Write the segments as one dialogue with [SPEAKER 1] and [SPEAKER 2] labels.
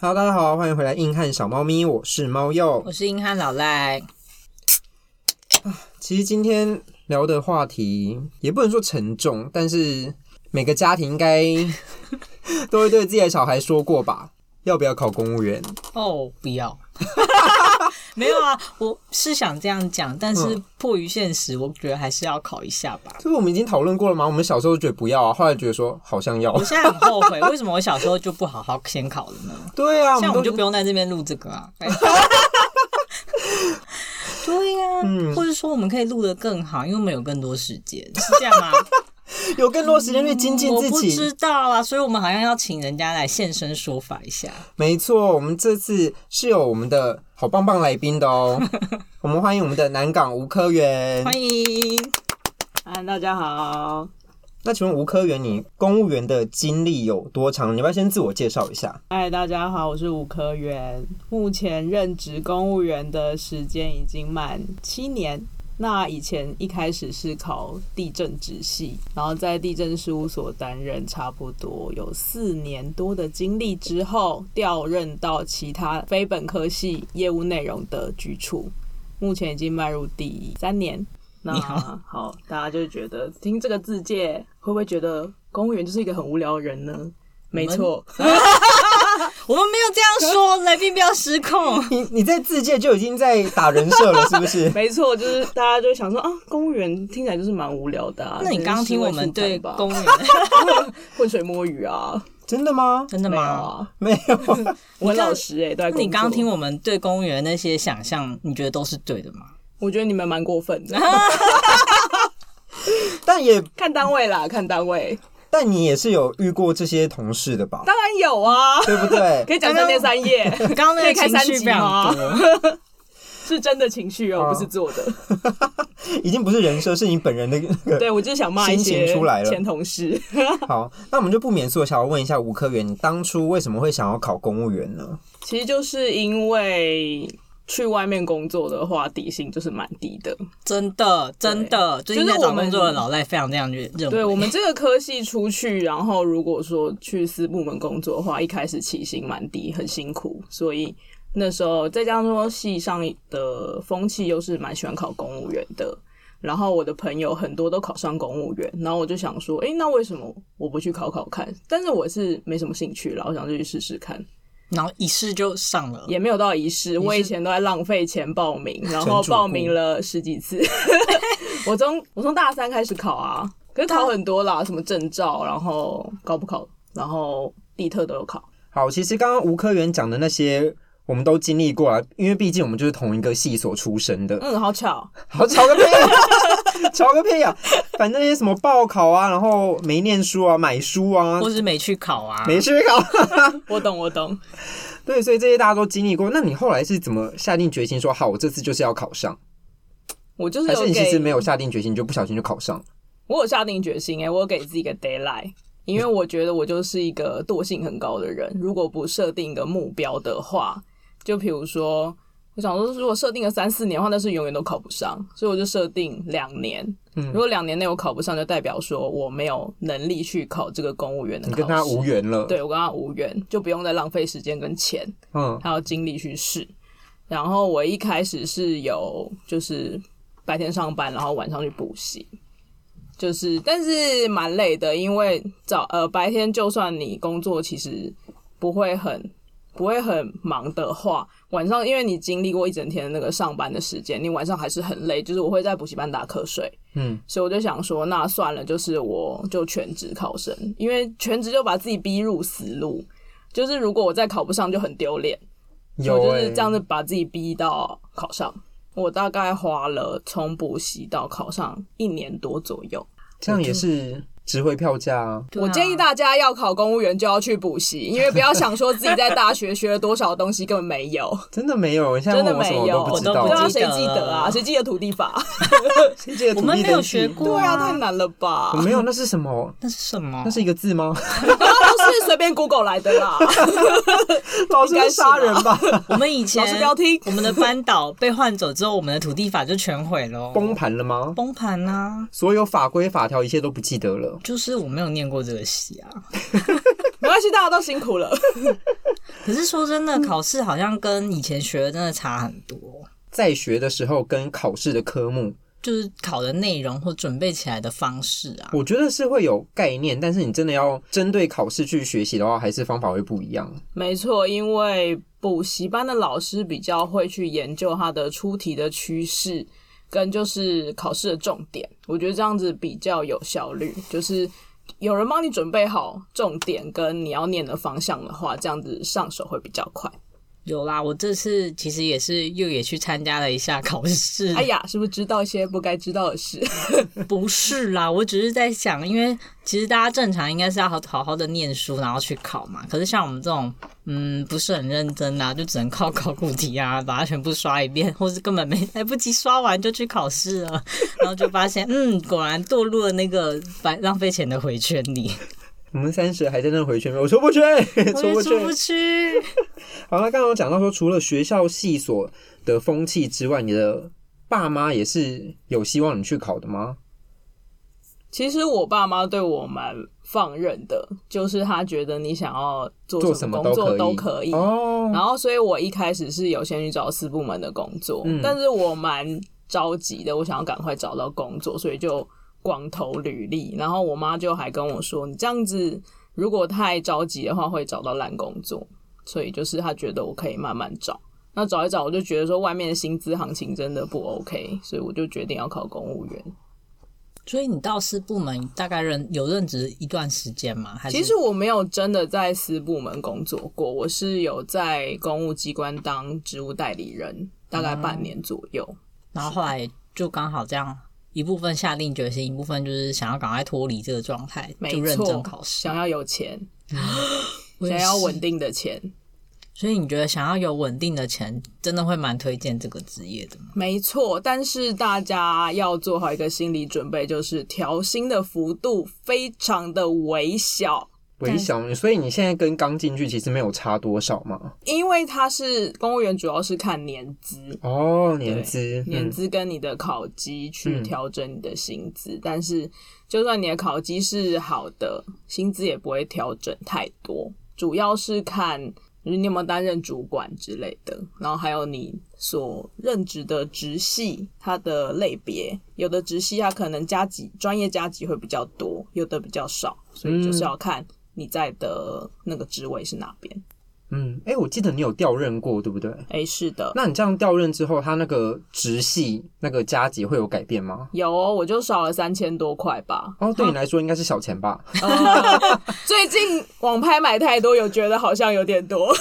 [SPEAKER 1] Hello，大家好，欢迎回来硬汉小猫咪，我是猫鼬。
[SPEAKER 2] 我是硬汉老赖，
[SPEAKER 1] 其实今天聊的话题也不能说沉重，但是每个家庭应该 都会对自己的小孩说过吧，要不要考公务员？
[SPEAKER 2] 哦，不要。 没有啊，我是想这样讲，但是
[SPEAKER 1] 嗯
[SPEAKER 2] 迫于现实，我觉得还是要考一下吧。
[SPEAKER 1] 这个我们已经讨论过了吗？我们小时候觉得不要啊，后来觉得说好像要
[SPEAKER 2] 我。现在很后悔，为什么我小时候就不好好先考了呢？
[SPEAKER 1] 对啊，
[SPEAKER 2] 这样
[SPEAKER 1] 都
[SPEAKER 2] 我们就不用在这边录这 个啊。对呀、
[SPEAKER 1] 嗯
[SPEAKER 2] 或者说我们可以录得更好，因为我们有更多时间，是这样吗？
[SPEAKER 1] 有更多时间去 精进
[SPEAKER 2] 嗯我
[SPEAKER 1] 自
[SPEAKER 2] 不
[SPEAKER 1] 己。
[SPEAKER 2] 知道啦，所以我们好像要请人家来现身说法一下。
[SPEAKER 1] 没错，我们这次是有我们的好棒棒来宾的 哦。我们欢迎我们的南港吴科员。
[SPEAKER 2] 欢迎，
[SPEAKER 3] 啊，大家好，
[SPEAKER 1] 那请问吴科员，你公务员的经历有多长？你要不要先自我介绍一下？
[SPEAKER 3] 嗨，大家好，我是吴科员，目前任职公务员的时间已经满七年。那以前一开始是考地震直系，然后在地震事务所担任差不多有四年多的经历之后，调任到其他非本科系业务内容的局处，目前已经迈入第三年。那
[SPEAKER 2] 你好
[SPEAKER 3] 好，大家就觉得听这个字界，会不会觉得公务员就是一个很无聊的人呢？没错，？
[SPEAKER 2] 我们没有这样说，来宾不要失控。
[SPEAKER 1] 你你在自介就已经在打人设了，是不是
[SPEAKER 3] 没错，就是大家就想说啊，公务员听起来就是蛮无聊的、啊。
[SPEAKER 2] 那你刚刚听我们对
[SPEAKER 3] 吧，
[SPEAKER 2] 公务员
[SPEAKER 3] 浑水摸鱼啊，
[SPEAKER 1] 真的 吗？
[SPEAKER 2] 真的
[SPEAKER 3] 没有
[SPEAKER 2] 吗？
[SPEAKER 3] 啊，
[SPEAKER 1] 没有，
[SPEAKER 3] 我很老实哎、欸，对。
[SPEAKER 2] 那你刚刚听，我们对公务员那些想象，你觉得都是对的吗？
[SPEAKER 3] 我觉得你们蛮过分的。
[SPEAKER 1] 但也
[SPEAKER 3] 看单位啦，看单位，
[SPEAKER 1] 但你也是有遇过这些同事 的吧？
[SPEAKER 3] 当然有啊，
[SPEAKER 1] 对不对？
[SPEAKER 3] 可以讲三天三夜，
[SPEAKER 2] 刚刚
[SPEAKER 3] 可
[SPEAKER 2] 那
[SPEAKER 3] 以
[SPEAKER 2] 个
[SPEAKER 3] 开
[SPEAKER 2] 啊情
[SPEAKER 3] 三
[SPEAKER 2] 绪
[SPEAKER 3] 集
[SPEAKER 2] 非
[SPEAKER 3] 哦
[SPEAKER 2] 常
[SPEAKER 3] 吗
[SPEAKER 2] 多，？
[SPEAKER 3] 是真的情绪哦，不是做的。
[SPEAKER 1] 已经不是人设，是你本人的那个。
[SPEAKER 3] 对，我就是想骂一
[SPEAKER 1] 心
[SPEAKER 3] 些
[SPEAKER 1] 情出来了
[SPEAKER 3] 前同事。
[SPEAKER 1] 好，那我们就不免俗，想要问一下吴科员，你当初为什么会想要考公务员呢？
[SPEAKER 3] 其实就是因为去外面工作的话，底薪就是蛮低的。
[SPEAKER 2] 真的真的，最近在
[SPEAKER 3] 就是
[SPEAKER 2] 找
[SPEAKER 3] 我们
[SPEAKER 2] 工作的老赖非常这样认认为。
[SPEAKER 3] 对我们这个科系出去，然后如果说去私部门工作的话，一开始起薪蛮低，很辛苦，所以那时候再加上说系上的风气又是蛮喜欢考公务员的。然后我的朋友很多都考上公务员，然后我就想说，诶，那为什么我不去考考看？但是我是没什么兴趣了，我想就去试试看，
[SPEAKER 2] 然后一试就上了，
[SPEAKER 3] 也没有到一试。我以前都在浪费钱报名，然后
[SPEAKER 1] 主顾
[SPEAKER 3] 报名了十 几次。我从我从大三开始考啊，可是考很多啦，什么证照，然后高不考，然后地特都有考。
[SPEAKER 1] 好，其实刚刚吴科员讲的那些。我们都经历过啊，因为毕竟我们就是同一个系所出身的。
[SPEAKER 3] 嗯，好巧，
[SPEAKER 1] 好，吵个屁，吵个屁啊！反正那些什么报考啊，然后没念书啊，买书啊，
[SPEAKER 2] 或是没去考啊。
[SPEAKER 1] 没去考，
[SPEAKER 3] 我懂我懂。
[SPEAKER 1] 对，所以这些大家都经历过。那你后来是怎么下定决心说好，我这次就是要考上？
[SPEAKER 3] 我就是
[SPEAKER 1] 还
[SPEAKER 3] 有
[SPEAKER 1] 是你其实
[SPEAKER 3] 给，
[SPEAKER 1] 没有下定决心，你就不小心就考上了？
[SPEAKER 3] 我有下定决心哎、我有给自己一个 d a y l i g h t 因为我觉得我就是一个惰性很高的人，如果不设定一个目标的话，就比如说，我想说，如果设定个三四年的话，那是永远都考不上，所以我就设定两年。
[SPEAKER 1] 嗯
[SPEAKER 3] 如果两年内我考不上，就代表说我没有能力去考这个公务员的
[SPEAKER 1] 你
[SPEAKER 3] 考试。
[SPEAKER 1] 跟他无缘了。，
[SPEAKER 3] 对我跟他无缘，就不用再浪费时间跟钱
[SPEAKER 1] 嗯，
[SPEAKER 3] 还有精力去试。然后我一开始是有就是白天上班，然后晚上去补习，就是但是蛮累的，因为早呃白天就算你工作其实不会很不会很忙的话，晚上因为你经历过一整天的那个上班的时间，你晚上还是很累。就是我会在补习班打瞌睡，
[SPEAKER 1] 嗯，
[SPEAKER 3] 所以我就想说，那算了，就是我就全职考生，因为全职就把自己逼入死路。就是如果我再考不上，就很丢脸。
[SPEAKER 1] 有、
[SPEAKER 3] 我就
[SPEAKER 1] 欸、
[SPEAKER 3] 是这样子把自己逼到考上。我大概花了从补习到考上一年多左右。
[SPEAKER 1] 这样也是值回票价啊。
[SPEAKER 2] 对啊
[SPEAKER 3] 我建议大家要考公务员就要去补习，因为不要想说自己在大学学了多少东西，根本没有。
[SPEAKER 1] 真的没有，你现在问我什么
[SPEAKER 3] 真的没有
[SPEAKER 1] 我都不知
[SPEAKER 2] 我
[SPEAKER 1] 道
[SPEAKER 2] 都
[SPEAKER 3] 对
[SPEAKER 2] 不
[SPEAKER 3] 啊，
[SPEAKER 2] 记
[SPEAKER 3] 谁
[SPEAKER 2] 得
[SPEAKER 3] 记得啊？
[SPEAKER 2] 了
[SPEAKER 3] 谁记得土地法？
[SPEAKER 1] 谁记得土
[SPEAKER 2] 我
[SPEAKER 1] 地
[SPEAKER 2] 们没有
[SPEAKER 1] 登记
[SPEAKER 2] 学过
[SPEAKER 3] 对啊，
[SPEAKER 2] 哇
[SPEAKER 3] 太难了吧
[SPEAKER 1] 我？没有，那是什么？
[SPEAKER 2] 那是什么？
[SPEAKER 1] 那是一个字吗？
[SPEAKER 3] 都是随便 Google 来的啦。
[SPEAKER 1] 老师
[SPEAKER 3] 应该
[SPEAKER 1] 会
[SPEAKER 3] 是
[SPEAKER 1] 杀人吧？
[SPEAKER 2] 我们以前
[SPEAKER 3] 老师不要听
[SPEAKER 2] 我们的班导被换走之后，我们的土地法就全毁了，
[SPEAKER 1] 崩盘了吗？
[SPEAKER 2] 崩盘啊！
[SPEAKER 1] 所有法规法条一切都不记得了。
[SPEAKER 2] 就是我没有念过这个戏啊。
[SPEAKER 3] 没关系，大家都辛苦了。
[SPEAKER 2] 可是说真的，考试好像跟以前学的真的差很多，
[SPEAKER 1] 在学的时候跟考试的科目，
[SPEAKER 2] 就是考的内容或准备起来的方式啊。
[SPEAKER 1] 我觉得是会有概念，但是你真的要针对考试去学习的话，还是方法会不一样。
[SPEAKER 3] 没错，因为补习班的老师比较会去研究他的出题的趋势，跟就是考试的重点。我觉得这样子比较有效率，就是有人帮你准备好重点跟你要念的方向的话，这样子上手会比较快。
[SPEAKER 2] 有啦，我这次其实也是又也去参加了一下考试。
[SPEAKER 3] 哎呀，是不是知道一些不该知道的事？
[SPEAKER 2] 不是啦，我只是在想，因为其实大家正常应该是要好好好的念书，然后去考嘛。可是像我们这种，嗯，不是很认真啊，就只能靠考古题啊，把它全部刷一遍，或是根本没来不及刷完就去考试 了，然后就发现，嗯，果然堕入了那个白浪费钱的回圈 里，
[SPEAKER 1] 我们三十还在那回圈吗？我出不去，
[SPEAKER 2] 我
[SPEAKER 1] 出
[SPEAKER 2] 也
[SPEAKER 1] 不
[SPEAKER 2] 出
[SPEAKER 1] 去
[SPEAKER 2] 不。去。
[SPEAKER 1] 好了，刚刚有讲到说，除了学校系所的风气之外，你的爸妈也是有希望你去考的吗？
[SPEAKER 3] 其实我爸妈对我蛮放任的，就是他觉得你想要
[SPEAKER 1] 做
[SPEAKER 3] 做
[SPEAKER 1] 什
[SPEAKER 3] 什
[SPEAKER 1] 么
[SPEAKER 3] 么
[SPEAKER 1] 都
[SPEAKER 3] 工作
[SPEAKER 1] 可
[SPEAKER 3] 都
[SPEAKER 1] 以
[SPEAKER 3] 可以。
[SPEAKER 1] 哦，
[SPEAKER 3] 然后，所以我一开始是有先去找四部门的工作，
[SPEAKER 1] 嗯
[SPEAKER 3] 但是我蛮着急的，我想要赶快找到工作，所以就光投履历。然后我妈就还跟我说：“你这样子如果太着急的话，会找到烂工作。”所以就是她觉得我可以慢慢找。那找一找，我就觉得说外面的薪资行情真的不 OK，所以我就决定要考公务员。
[SPEAKER 2] 所以你到师部门大概任有任职一段时间吗？还是
[SPEAKER 3] 其实我没有真的在私部门工作过，我是有在公务机关当职务代理人，大概半年左右。
[SPEAKER 2] 然后后来就刚好这样，一部分下定决心，一部分就是想要赶快脱离这个状态，
[SPEAKER 3] 没
[SPEAKER 2] 就认
[SPEAKER 3] 错
[SPEAKER 2] 真考试，
[SPEAKER 3] 想要有钱，
[SPEAKER 2] 我也
[SPEAKER 3] 想
[SPEAKER 2] 是
[SPEAKER 3] 要稳。定的钱，
[SPEAKER 2] 所以你觉得想要有稳定的钱，真的会蛮推荐这个职业的吗？
[SPEAKER 3] 没错。但是大家要做好一个心理准备，就是调薪的幅度非常的微小，
[SPEAKER 1] 微小，所以你现在跟刚进去其实没有差多少嘛。
[SPEAKER 3] 因为它是公务员，主要是看年资。
[SPEAKER 1] 哦，年资，
[SPEAKER 3] 年
[SPEAKER 1] 嗯
[SPEAKER 3] 资跟你的考绩去
[SPEAKER 1] 嗯
[SPEAKER 3] 调整你的薪资，但是就算你的考绩是好的，薪资也不会调整太多，主要是看就是你有没有担任主管之类的，然后还有你所任职的职系它的类别，有的职系它可能加级专业加级会比较多，有的比较少，所以就是要看你在的那个职位是哪边。
[SPEAKER 1] 嗯，哎、我记得你有调任过，对不对？
[SPEAKER 3] 诶，是的，
[SPEAKER 1] 那你这样调任之后，他那个直系那个加级会有改变吗？
[SPEAKER 3] 有哦我就少了三千多块吧，
[SPEAKER 1] 哦，对你来说应该是小钱吧？
[SPEAKER 3] 呃 最近网拍买太多，有觉得好像有点多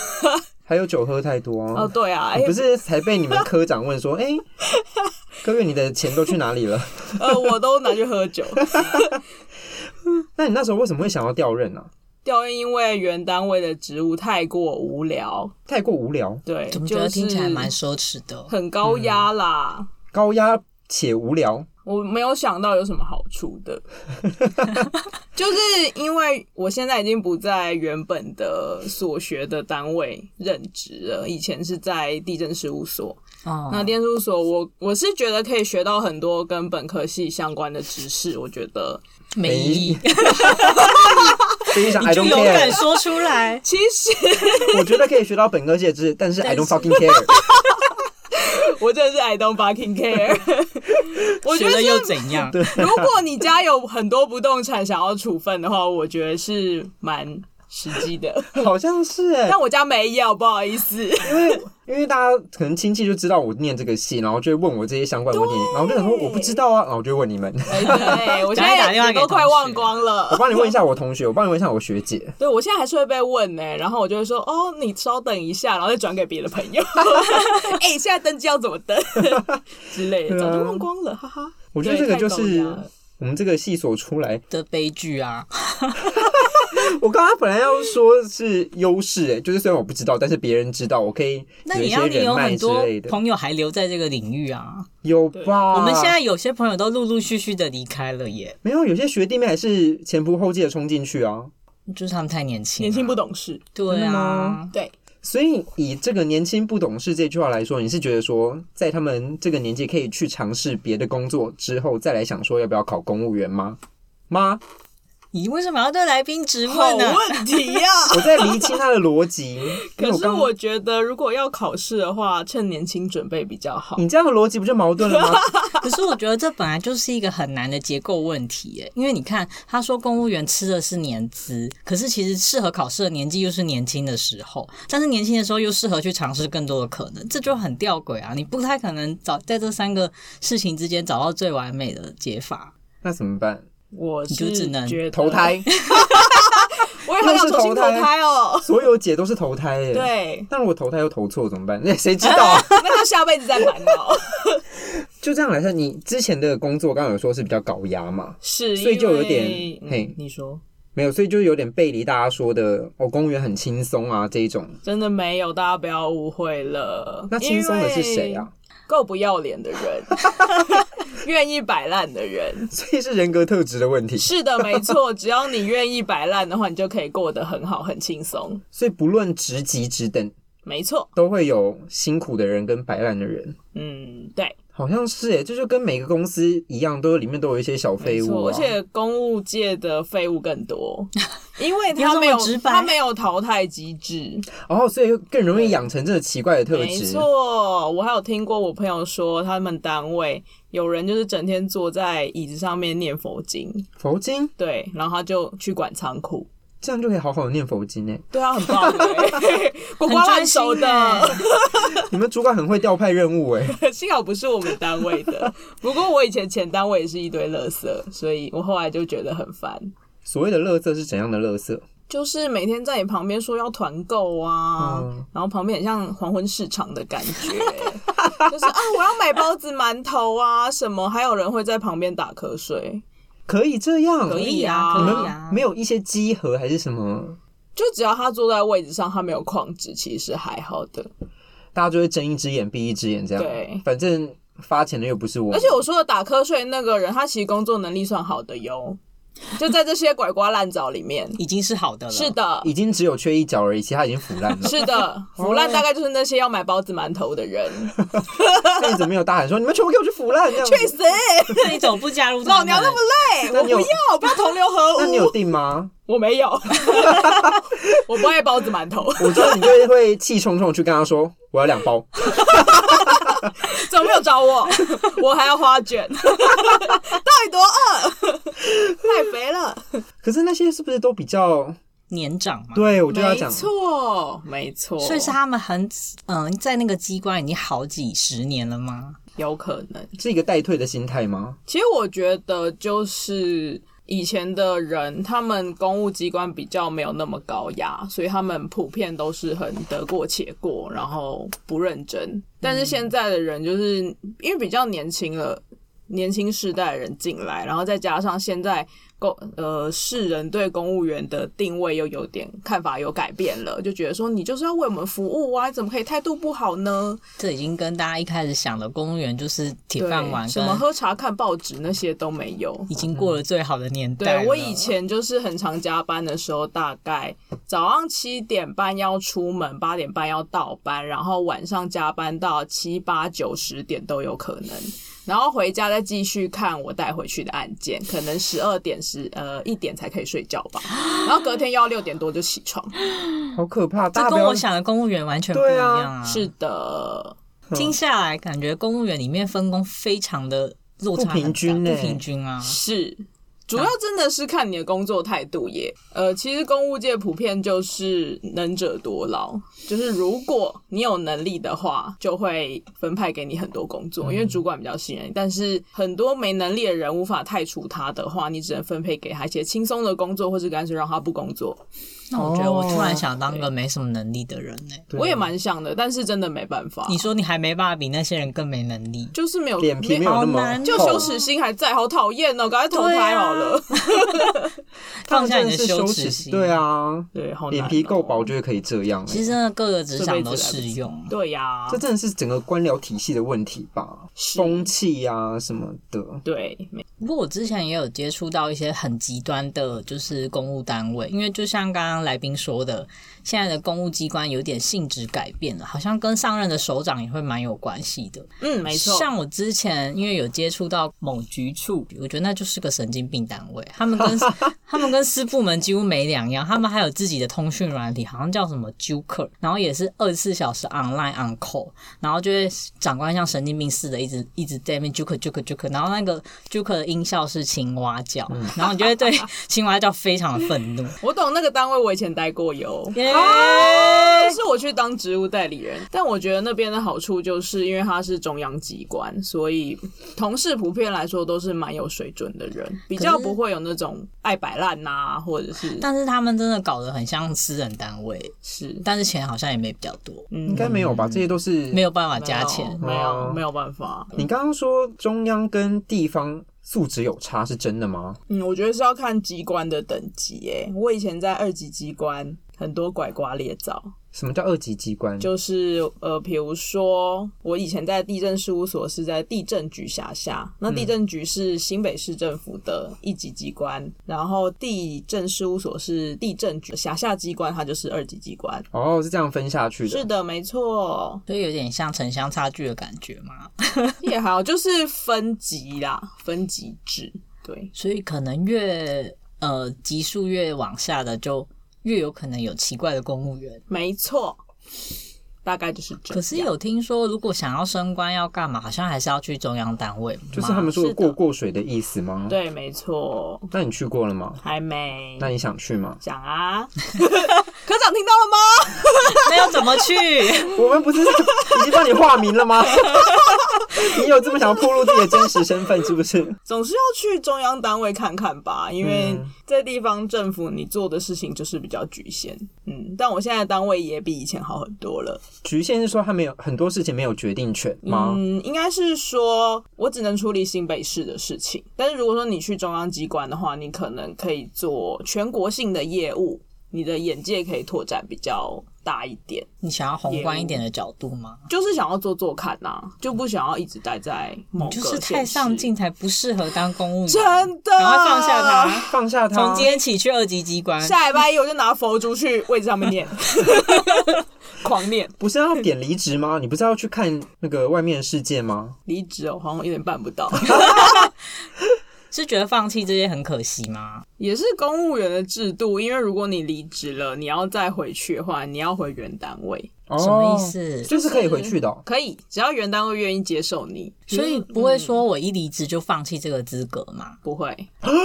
[SPEAKER 1] 还有酒喝太多啊
[SPEAKER 3] 哦。对啊，哎、
[SPEAKER 1] 你不是才被你们科长问说，哎、各位你的钱都去哪里了？
[SPEAKER 3] 呃，我都拿去喝酒。
[SPEAKER 1] 那你那时候为什么会想要调任呢、啊？
[SPEAKER 3] 调任因为原单位的职务太过无聊，
[SPEAKER 1] 太过无聊，
[SPEAKER 3] 对，
[SPEAKER 2] 怎么觉
[SPEAKER 3] 就
[SPEAKER 2] 得
[SPEAKER 3] 是
[SPEAKER 2] 听起来蛮奢侈的？哦
[SPEAKER 3] 很高压啦。
[SPEAKER 1] 嗯高压且无聊。
[SPEAKER 3] 我没有想到有什么好处的， 就是因为我现在已经不在原本的所学的单位任职了，以前是在地震事务所，
[SPEAKER 2] 哦，
[SPEAKER 3] 那电术所，我我是觉得可以学到很多跟本科系相关的知识，我觉得。
[SPEAKER 2] 没意义，
[SPEAKER 1] 非 常 I
[SPEAKER 2] 你就
[SPEAKER 1] don't
[SPEAKER 2] 勇敢
[SPEAKER 1] care，
[SPEAKER 2] 说出来
[SPEAKER 3] 其实
[SPEAKER 1] 我觉得可以学到本科系的知识，但是 I don't fucking care。
[SPEAKER 3] 我真的是 I don't fucking care。我觉
[SPEAKER 2] 学
[SPEAKER 3] 得
[SPEAKER 2] 了
[SPEAKER 3] 是
[SPEAKER 2] 又怎样？
[SPEAKER 3] 如果你家有很多不动产想要处分的话，我觉得是蛮实际的。
[SPEAKER 1] 好像是哎、
[SPEAKER 3] 但我家没有，不好意思。
[SPEAKER 1] 因为因为大家可能亲戚就知道我念这个系，然后就会问我这些相关的问题，然后我就想说我不知道啊，然后我就问你们，
[SPEAKER 3] 哎对， 我现
[SPEAKER 2] 赶快打
[SPEAKER 3] 在
[SPEAKER 2] 电话
[SPEAKER 3] 也
[SPEAKER 2] 给
[SPEAKER 3] 都快
[SPEAKER 2] 同学
[SPEAKER 3] 忘光
[SPEAKER 1] 我
[SPEAKER 3] 了。
[SPEAKER 1] 帮你问一下我同学，我帮你问一下我学姐。
[SPEAKER 3] 对，我现在还是会被问呢、然后我就会说，哦，你稍等一下，然后再转给别的朋友。 哎、现在登记要怎么登 之类的，早就忘光了，哈哈。
[SPEAKER 1] 我觉得这个就
[SPEAKER 3] 对
[SPEAKER 1] 是
[SPEAKER 3] 太高压了
[SPEAKER 1] 我们这个系所出 来，
[SPEAKER 2] 的悲剧啊！
[SPEAKER 1] 我刚刚本来要说是优势哎，就是虽然我不知道，但是别人知道，我可以
[SPEAKER 2] 那
[SPEAKER 1] 有一
[SPEAKER 2] 也
[SPEAKER 1] 些
[SPEAKER 2] 要你
[SPEAKER 1] 人
[SPEAKER 2] 有
[SPEAKER 1] 脉
[SPEAKER 2] 很
[SPEAKER 1] 之
[SPEAKER 2] 多
[SPEAKER 1] 类的，
[SPEAKER 2] 朋友还留在这个领域啊。
[SPEAKER 1] 有吧？
[SPEAKER 2] 我们现在有些朋友都陆陆续续的离开了耶，
[SPEAKER 1] 没有，有些学弟妹还是前仆后继的冲进去啊。
[SPEAKER 2] 就是他们太年轻，
[SPEAKER 3] 年轻不。懂事。
[SPEAKER 2] 对
[SPEAKER 1] 真的
[SPEAKER 2] 啊
[SPEAKER 1] 吗，
[SPEAKER 3] 啊对，
[SPEAKER 1] 所以以这个年轻不懂事这句话来说，你是觉得说，在他们这个年纪可以去尝试别的工作之后，再来想说要不要考公务员吗？吗？
[SPEAKER 2] 你为什么要对来宾质
[SPEAKER 3] 好啊
[SPEAKER 2] 问呢、
[SPEAKER 3] 问题呀、
[SPEAKER 1] 我在厘清他的逻 辑。因为
[SPEAKER 3] 可是
[SPEAKER 1] 啊刚
[SPEAKER 3] 我觉得，如果要考试的话，趁年轻准备比较好。
[SPEAKER 1] 你这样的逻辑不就矛盾了 吗？
[SPEAKER 2] 可是我觉得这本来就是一个很难的结构问题耶，因为你看他说公务员吃的是年资，可是其实适合考试的年纪又是年轻的时候，但是年轻的时候又适合去尝试更多的可能，这就很吊诡啊！你不太可能找在这三个事情之间找到最完美的解法。
[SPEAKER 1] 那怎么办？
[SPEAKER 3] 我
[SPEAKER 2] 你就是只能
[SPEAKER 3] 觉得
[SPEAKER 1] 投，胎，
[SPEAKER 3] 我也好想重新
[SPEAKER 1] 又是投
[SPEAKER 3] 投
[SPEAKER 1] 胎
[SPEAKER 3] 胎哦。
[SPEAKER 1] 所有解都是投胎耶。。
[SPEAKER 3] 对，
[SPEAKER 1] 但如果投胎又投错怎么办？ 那谁知道 啊？
[SPEAKER 3] 那就下辈子再烦恼。
[SPEAKER 1] 就这样来说，你之前的工作刚刚有说是比较高压嘛，
[SPEAKER 3] 是，
[SPEAKER 1] 所以就有
[SPEAKER 3] 因为
[SPEAKER 1] 点
[SPEAKER 3] 嗯
[SPEAKER 1] 嘿
[SPEAKER 3] 你说
[SPEAKER 1] 没有，所以就有点背离大家说的哦，公务员很轻松啊这一种。
[SPEAKER 3] 真的没有，大家不要误会了。
[SPEAKER 1] 那轻松的是谁啊？？
[SPEAKER 3] 够不要脸的 人，愿意摆烂的人。
[SPEAKER 1] 所以是人格特质的问题。
[SPEAKER 3] 是的，没错，只要你愿意摆烂的话，你就可以过得很好、很轻松。
[SPEAKER 1] 所以不论职级职等，
[SPEAKER 3] 没错，
[SPEAKER 1] 都会有辛苦的人跟摆烂的人。
[SPEAKER 3] 嗯，对，
[SPEAKER 1] 好像是诶，这就跟每个公司一样，都里面都有一些小
[SPEAKER 3] 没
[SPEAKER 1] 废物、
[SPEAKER 3] 错，
[SPEAKER 1] 啊，
[SPEAKER 3] 而且公务界的废物 更多，因为
[SPEAKER 2] 要这
[SPEAKER 3] 他
[SPEAKER 2] 么
[SPEAKER 3] 没有
[SPEAKER 2] 直白
[SPEAKER 3] 他没有淘汰机制。
[SPEAKER 1] 哦，所以会更容易养成这个奇怪的特
[SPEAKER 3] 没
[SPEAKER 1] 质。
[SPEAKER 3] 错，我还有听过我朋友说，他们单位有人就是整天坐在椅子上面念佛经，
[SPEAKER 1] 佛经
[SPEAKER 3] 对，然后他就去管仓库。
[SPEAKER 1] 这样就可以好好的念佛经诶。
[SPEAKER 3] 对啊，很 棒欸， 滚瓜烂熟
[SPEAKER 2] 很专
[SPEAKER 1] 欸
[SPEAKER 3] 的。
[SPEAKER 1] 你们主管很会调派任务欸 诶，
[SPEAKER 3] 幸好不是我们单位的，不过我以前前单位也是一堆垃圾，所以我后来就觉得很烦。
[SPEAKER 1] 所谓的垃圾是怎样的垃圾？
[SPEAKER 3] 就是每天在你旁边说要团购啊，
[SPEAKER 1] 嗯
[SPEAKER 3] 然后旁边很像黄昏市场的感觉， 就是啊，我要买包子、馒头啊什么，还有人会在旁边打瞌睡，
[SPEAKER 1] 可以这样？
[SPEAKER 3] 可以
[SPEAKER 2] 啊，
[SPEAKER 3] 啊
[SPEAKER 1] 你
[SPEAKER 2] 可
[SPEAKER 1] 们
[SPEAKER 2] 以啊，
[SPEAKER 1] 没有一些稽核还是什么？
[SPEAKER 3] 就只要他坐在位置上，他没有旷职，其实还好的。
[SPEAKER 1] 大家就会睁一只眼闭一只眼这样。
[SPEAKER 3] 对
[SPEAKER 1] 反正发钱的又不是我。
[SPEAKER 3] 而且我说的打瞌睡那个人，他其实工作能力算好的哟，就在这些拐瓜烂枣里面。
[SPEAKER 2] 已经是好的了。
[SPEAKER 3] 是，的，
[SPEAKER 1] 已经只有缺一角而已，其他已经腐 烂了。
[SPEAKER 3] 是的，腐烂大概就是那些要买包子馒头的人，
[SPEAKER 1] 那你怎么没有大喊说你们全部给我去腐烂？这样子
[SPEAKER 3] 去死！
[SPEAKER 2] 你怎么不加入他们？
[SPEAKER 3] 老娘那么累，
[SPEAKER 1] 那
[SPEAKER 3] 我
[SPEAKER 1] 你有
[SPEAKER 3] 不要，不要同流
[SPEAKER 1] 那你
[SPEAKER 3] 合
[SPEAKER 1] 有
[SPEAKER 3] 污。
[SPEAKER 1] 定吗？
[SPEAKER 3] 我没 有，我不爱包子馒头，
[SPEAKER 1] 我知道你就会气冲冲地去跟他说我要两包。
[SPEAKER 3] 怎么没有找我？我还要花 卷，到底多饿？太肥了。
[SPEAKER 1] 可是那些是不是都比较？
[SPEAKER 2] 年长嘛，
[SPEAKER 1] 对，我就要
[SPEAKER 3] 没
[SPEAKER 1] 讲，
[SPEAKER 3] 错，没错，
[SPEAKER 2] 所以是他们很嗯、在那个机关已经好几十年了吗？
[SPEAKER 3] 有可能。
[SPEAKER 1] 是一个代退的心态吗？
[SPEAKER 3] 其实我觉得就是。以前的人，他们公务机关比较没有那么高压，所以他们普遍都是很得过且过，然后不认真。但是现在的人，就是因为比较年轻了，年轻世代的人进来，然后再加上现在公呃世人对公务员的定位又有点看法有改变了，就觉得说你就是要为我们服务啊，你怎么可以态度不好呢？
[SPEAKER 2] 这已经跟大家一开始想的公务员就是铁
[SPEAKER 3] 对
[SPEAKER 2] 饭碗，，
[SPEAKER 3] 什
[SPEAKER 2] 跟
[SPEAKER 3] 么喝茶看报纸那些都没有，
[SPEAKER 2] 已经过了最好的年代了。
[SPEAKER 3] 对我以前就是很常加班的时候，大概早上七点半要出门，八点半要到班，然后晚上加班到七八九十点都有可能，然后回家再继续看我带回去的案件，可能十二点十呃一点才可以睡觉吧，然后隔天又要六点多就起床。
[SPEAKER 1] 好可怕！大家
[SPEAKER 2] 这
[SPEAKER 1] 不
[SPEAKER 2] 跟
[SPEAKER 1] 要
[SPEAKER 2] 我想的公务员完全不一样啊！
[SPEAKER 3] 是的，
[SPEAKER 2] 听下来感觉公务员里面分工非常的落差很大
[SPEAKER 1] 不平均欸
[SPEAKER 2] 不平均啊！
[SPEAKER 3] 是，主要真的是看你的工作态度耶。呃，其实公务界普遍就是能者多劳，就是如果你有能力的话，就会分派给你很多工
[SPEAKER 1] 嗯
[SPEAKER 3] 作，因为主管比较信任你。但是很多没能力的人无法太除他的话，你只能分配给他一些轻松的工作，或是干脆让他不工作。
[SPEAKER 2] 那我觉得我突然想当
[SPEAKER 1] 哦
[SPEAKER 2] 个
[SPEAKER 3] 对
[SPEAKER 2] 没什么能力的人呢、
[SPEAKER 1] 对啊
[SPEAKER 3] 我也蛮想的，但是真的没办法。
[SPEAKER 2] 你说你还没办法比那些人更没能力，
[SPEAKER 3] 就是没有
[SPEAKER 1] 脸皮没有那
[SPEAKER 2] 好
[SPEAKER 1] 么
[SPEAKER 2] 难哦
[SPEAKER 3] 就
[SPEAKER 1] 厚啊
[SPEAKER 3] 羞耻心还在，好讨厌哦！赶快投胎好了。
[SPEAKER 2] 放下你的
[SPEAKER 1] 真是
[SPEAKER 2] 羞
[SPEAKER 1] 羞
[SPEAKER 2] 耻
[SPEAKER 1] 心
[SPEAKER 2] 心。
[SPEAKER 1] 对，啊，
[SPEAKER 3] 对，好难
[SPEAKER 1] 脸皮
[SPEAKER 3] 哦
[SPEAKER 1] 够薄。就可以这样。欸
[SPEAKER 2] 其实真的各个职场都
[SPEAKER 3] 这辈子来
[SPEAKER 2] 适
[SPEAKER 3] 不及
[SPEAKER 2] 用。啊
[SPEAKER 3] 对呀、
[SPEAKER 1] 这真的是整个官僚体系的问题吧？
[SPEAKER 3] 是
[SPEAKER 1] 风气啊什么的，
[SPEAKER 3] 对，没
[SPEAKER 2] 不过我之前也有接触到一些很极端的，就是公务单位，因为就像刚刚来宾说的，现在的公务机关有点性质改变了，好像跟上任的首长也会蛮有关系的。
[SPEAKER 3] 嗯，没错，
[SPEAKER 2] 像我之前因为有接触到某局处，我觉得那就是个神经病定单位，他们跟他们跟私部门几乎没两样，他们还有自己的通讯软体，好像叫什么 Juker，然后也是二十四小时 online on call，然后就会长官像神经病似的，一直一直在那边 Juker Juker Juker，然后那个 Juker 的音效是青蛙叫，然后你就会对青蛙叫非常的愤怒。
[SPEAKER 3] 我懂那个单位，我以前待过有。
[SPEAKER 2] 耶
[SPEAKER 3] 但是我去当职务代理人，但我觉得那边的好处就是因为它是中央机关，所以同事普遍来说都是蛮有水准的人，比较不会有那种爱摆烂呐，或者是
[SPEAKER 2] 但是他们真的搞得很像私人单位，
[SPEAKER 3] 是嗯
[SPEAKER 2] 但是钱好像也没比较多，
[SPEAKER 1] 应该没有吧？这些都是
[SPEAKER 2] 没有办法加钱。
[SPEAKER 3] 没
[SPEAKER 1] 哦
[SPEAKER 3] 有没有办法。
[SPEAKER 1] 你刚刚说中央跟地方素质有差是真的吗？
[SPEAKER 3] 嗯，我觉得是要看机关的等级诶、我以前在二级机关，很多拐瓜裂枣，
[SPEAKER 1] 什么叫二级机关？
[SPEAKER 3] 就是呃，比如说我以前在地震事务所是在地震局辖下，那地震局是新北市政府的一级机关，然后地震事务所是地震局辖下机关，它就是二级机关。
[SPEAKER 1] 哦，是这样分下去的。
[SPEAKER 3] 是的，没错，
[SPEAKER 2] 所以有点像城乡差距的感觉嘛，
[SPEAKER 3] 也好，就是分级啦，分级制。对，
[SPEAKER 2] 所以可能越呃级数越往下的，就越有可能有奇怪的公务员。
[SPEAKER 3] 没错，大概就是这样。
[SPEAKER 2] 可是有听说，如果想要升官要干嘛，好像还是要去中央单位嘛。
[SPEAKER 1] 就是他们说
[SPEAKER 3] 是
[SPEAKER 1] 的
[SPEAKER 3] 的
[SPEAKER 1] 过过水的意思吗？。
[SPEAKER 3] 对，没错，
[SPEAKER 1] 那你去过了
[SPEAKER 2] 嗯
[SPEAKER 1] 吗？
[SPEAKER 3] 还没？
[SPEAKER 1] 那你想去吗
[SPEAKER 3] 讲啊， 科长听到了吗？
[SPEAKER 2] 那要怎么去？
[SPEAKER 1] 我们不是 已经帮你化名了吗？ 你有这么想要暴露自己的真实身份是不是？
[SPEAKER 3] 总是要去中央单位看看吧，因为
[SPEAKER 2] 嗯
[SPEAKER 3] 在地方政府你做的事情就是比较局限。嗯，但我现在的单位也比以前好很多了。
[SPEAKER 1] 局限是说他没有很多事情没有决定权吗？
[SPEAKER 3] 嗯，应该是说我只能处理新北市的事情，但是如果说你去中央机关的话，你可能可以做全国性的业务，你的眼界可以拓展比较大一点。
[SPEAKER 2] 你想要宏观一点的角度吗？
[SPEAKER 3] 就是想要做做看呐、就不想要一直待在某个
[SPEAKER 2] 就是
[SPEAKER 3] 县
[SPEAKER 2] 太
[SPEAKER 3] 市
[SPEAKER 2] 上，进才不适合当公务员，
[SPEAKER 3] 真的，
[SPEAKER 2] 赶快放下他。
[SPEAKER 1] 放下他。
[SPEAKER 2] 从今天起去二级机关，
[SPEAKER 3] 下礼拜一我就拿佛珠去位置上面 念，狂念
[SPEAKER 1] 不是要点离职吗？你不是要去看那个外面的世界吗？
[SPEAKER 3] 离职哦，好像有点办不到。
[SPEAKER 2] 是觉得放弃这些很可惜吗？
[SPEAKER 3] 也是公务员的制度，因为如果你离职了，你要再回去的话，你要回原单位，
[SPEAKER 1] 哦
[SPEAKER 2] 什么意？思？
[SPEAKER 1] 就是可以回去的哦、
[SPEAKER 3] 可以，只要原单位愿意接受你，
[SPEAKER 2] 所以不会说我一离职就放弃这个资格嘛？
[SPEAKER 3] 不会。
[SPEAKER 2] 但是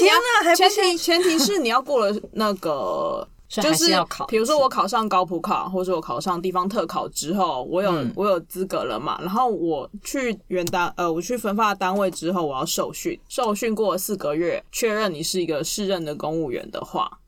[SPEAKER 2] 天哪，还
[SPEAKER 3] 前提前提是你要过了那个
[SPEAKER 2] 所以
[SPEAKER 3] 就
[SPEAKER 2] 还
[SPEAKER 3] 是
[SPEAKER 2] 要考。
[SPEAKER 3] 比如说我考上高普考，或者我考上地方特考之后，我有、
[SPEAKER 2] 嗯
[SPEAKER 3] 我有资格了嘛？然后我去原单呃，我去分发单位之后，我要受训，受训过了四个月，确认你是一个适任的公务员的话，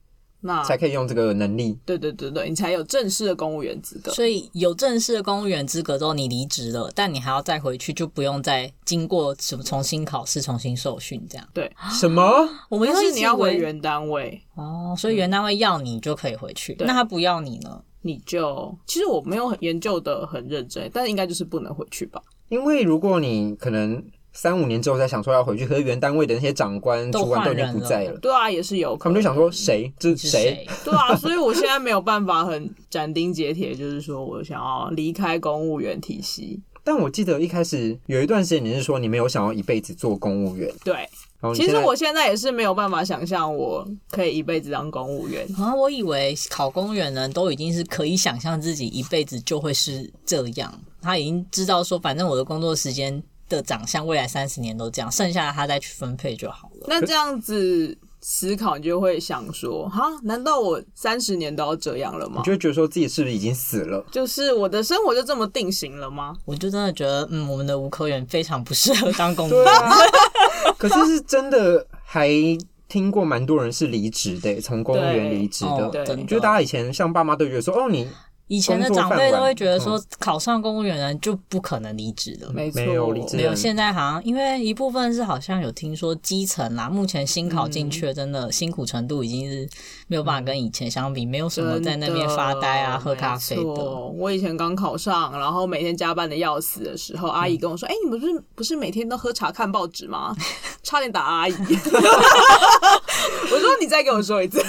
[SPEAKER 3] 那
[SPEAKER 1] 才可以用这个能力。
[SPEAKER 3] 对对对对，你才有正式的公务员资格。
[SPEAKER 2] 所以有正式的公务员资格之后，你离职了，但你还要再回去，就不用再经过什么重新考试、重新受训这样。
[SPEAKER 3] 对，
[SPEAKER 1] 什么？
[SPEAKER 2] 我们
[SPEAKER 3] 但
[SPEAKER 2] 就是一直
[SPEAKER 3] 你要
[SPEAKER 2] 以为
[SPEAKER 3] 回原单位，
[SPEAKER 2] 哦，所以原单位要你就可以回去，
[SPEAKER 3] 对
[SPEAKER 2] 那他不要你呢？
[SPEAKER 3] 你就其实我没有很研究的很认真，但是应该就是不能回去吧？
[SPEAKER 1] 因为如果你可能三五年之后才想说要回去，可是原单位的那些长官、
[SPEAKER 2] 都
[SPEAKER 1] 主管都已经
[SPEAKER 2] 换人
[SPEAKER 1] 不
[SPEAKER 2] 了
[SPEAKER 1] 在了，
[SPEAKER 3] 对啊，也是有
[SPEAKER 1] 他
[SPEAKER 3] 可
[SPEAKER 1] 们就
[SPEAKER 3] 能。
[SPEAKER 1] 想说谁？这是
[SPEAKER 2] 是
[SPEAKER 1] 谁？？
[SPEAKER 3] 对啊，所以我现在没有办法很斩钉截铁，就是说我想要离开公务员体系。
[SPEAKER 1] 但我记得一开始有一段时间你是说你没有想要一辈子做公务员，
[SPEAKER 3] 对，
[SPEAKER 1] 然后哦你
[SPEAKER 3] 其
[SPEAKER 1] 现
[SPEAKER 3] 实
[SPEAKER 1] 在
[SPEAKER 3] 我现在也是没有办法想象我可以一辈子当公务员。
[SPEAKER 2] 啊，我以为考公务员的人都已经是可以想象自己一辈子就会是这样，他已经知道说，反正我的工作时间的长相，未来三十年都这样，剩下的他再去分配就好了。
[SPEAKER 3] 那这样子思考，你就会想说，哈，难道我三十年都要这样了吗
[SPEAKER 1] 你？就会觉得说自己是不是已经死了？
[SPEAKER 3] 就是我的生活就这么定型了吗？
[SPEAKER 2] 我就真的觉得，嗯，我们的吴科员非常不适合当公务
[SPEAKER 1] 对
[SPEAKER 2] 员。
[SPEAKER 1] 啊， 可是是真的还听过蛮多人是离职的，从公务员离职
[SPEAKER 2] 哦
[SPEAKER 1] 的。
[SPEAKER 3] 对
[SPEAKER 2] 真的
[SPEAKER 1] 就是大家以前像爸妈都觉得说，哦，你
[SPEAKER 2] 以前的
[SPEAKER 1] 工作
[SPEAKER 2] 长辈
[SPEAKER 1] 范围
[SPEAKER 2] 都会觉得说，考上公务员人就不可能离职的。
[SPEAKER 3] 没错，
[SPEAKER 1] 没有理智
[SPEAKER 2] 没有，现在好像因为一部分是好像有听说基层啦，目前新考进去的真的辛苦程度已经是没有办法跟以前相比，没有什么在那边发呆啊、
[SPEAKER 3] 真的
[SPEAKER 2] 喝咖啡
[SPEAKER 3] 没
[SPEAKER 2] 的。
[SPEAKER 3] 错我以前刚考上，然后每天加班的要死的时候，
[SPEAKER 2] 嗯
[SPEAKER 3] 阿姨跟我说：“哎、你们不是不是每天都喝茶看报 纸吗？”差点打阿姨。我说：“你再给我说一次。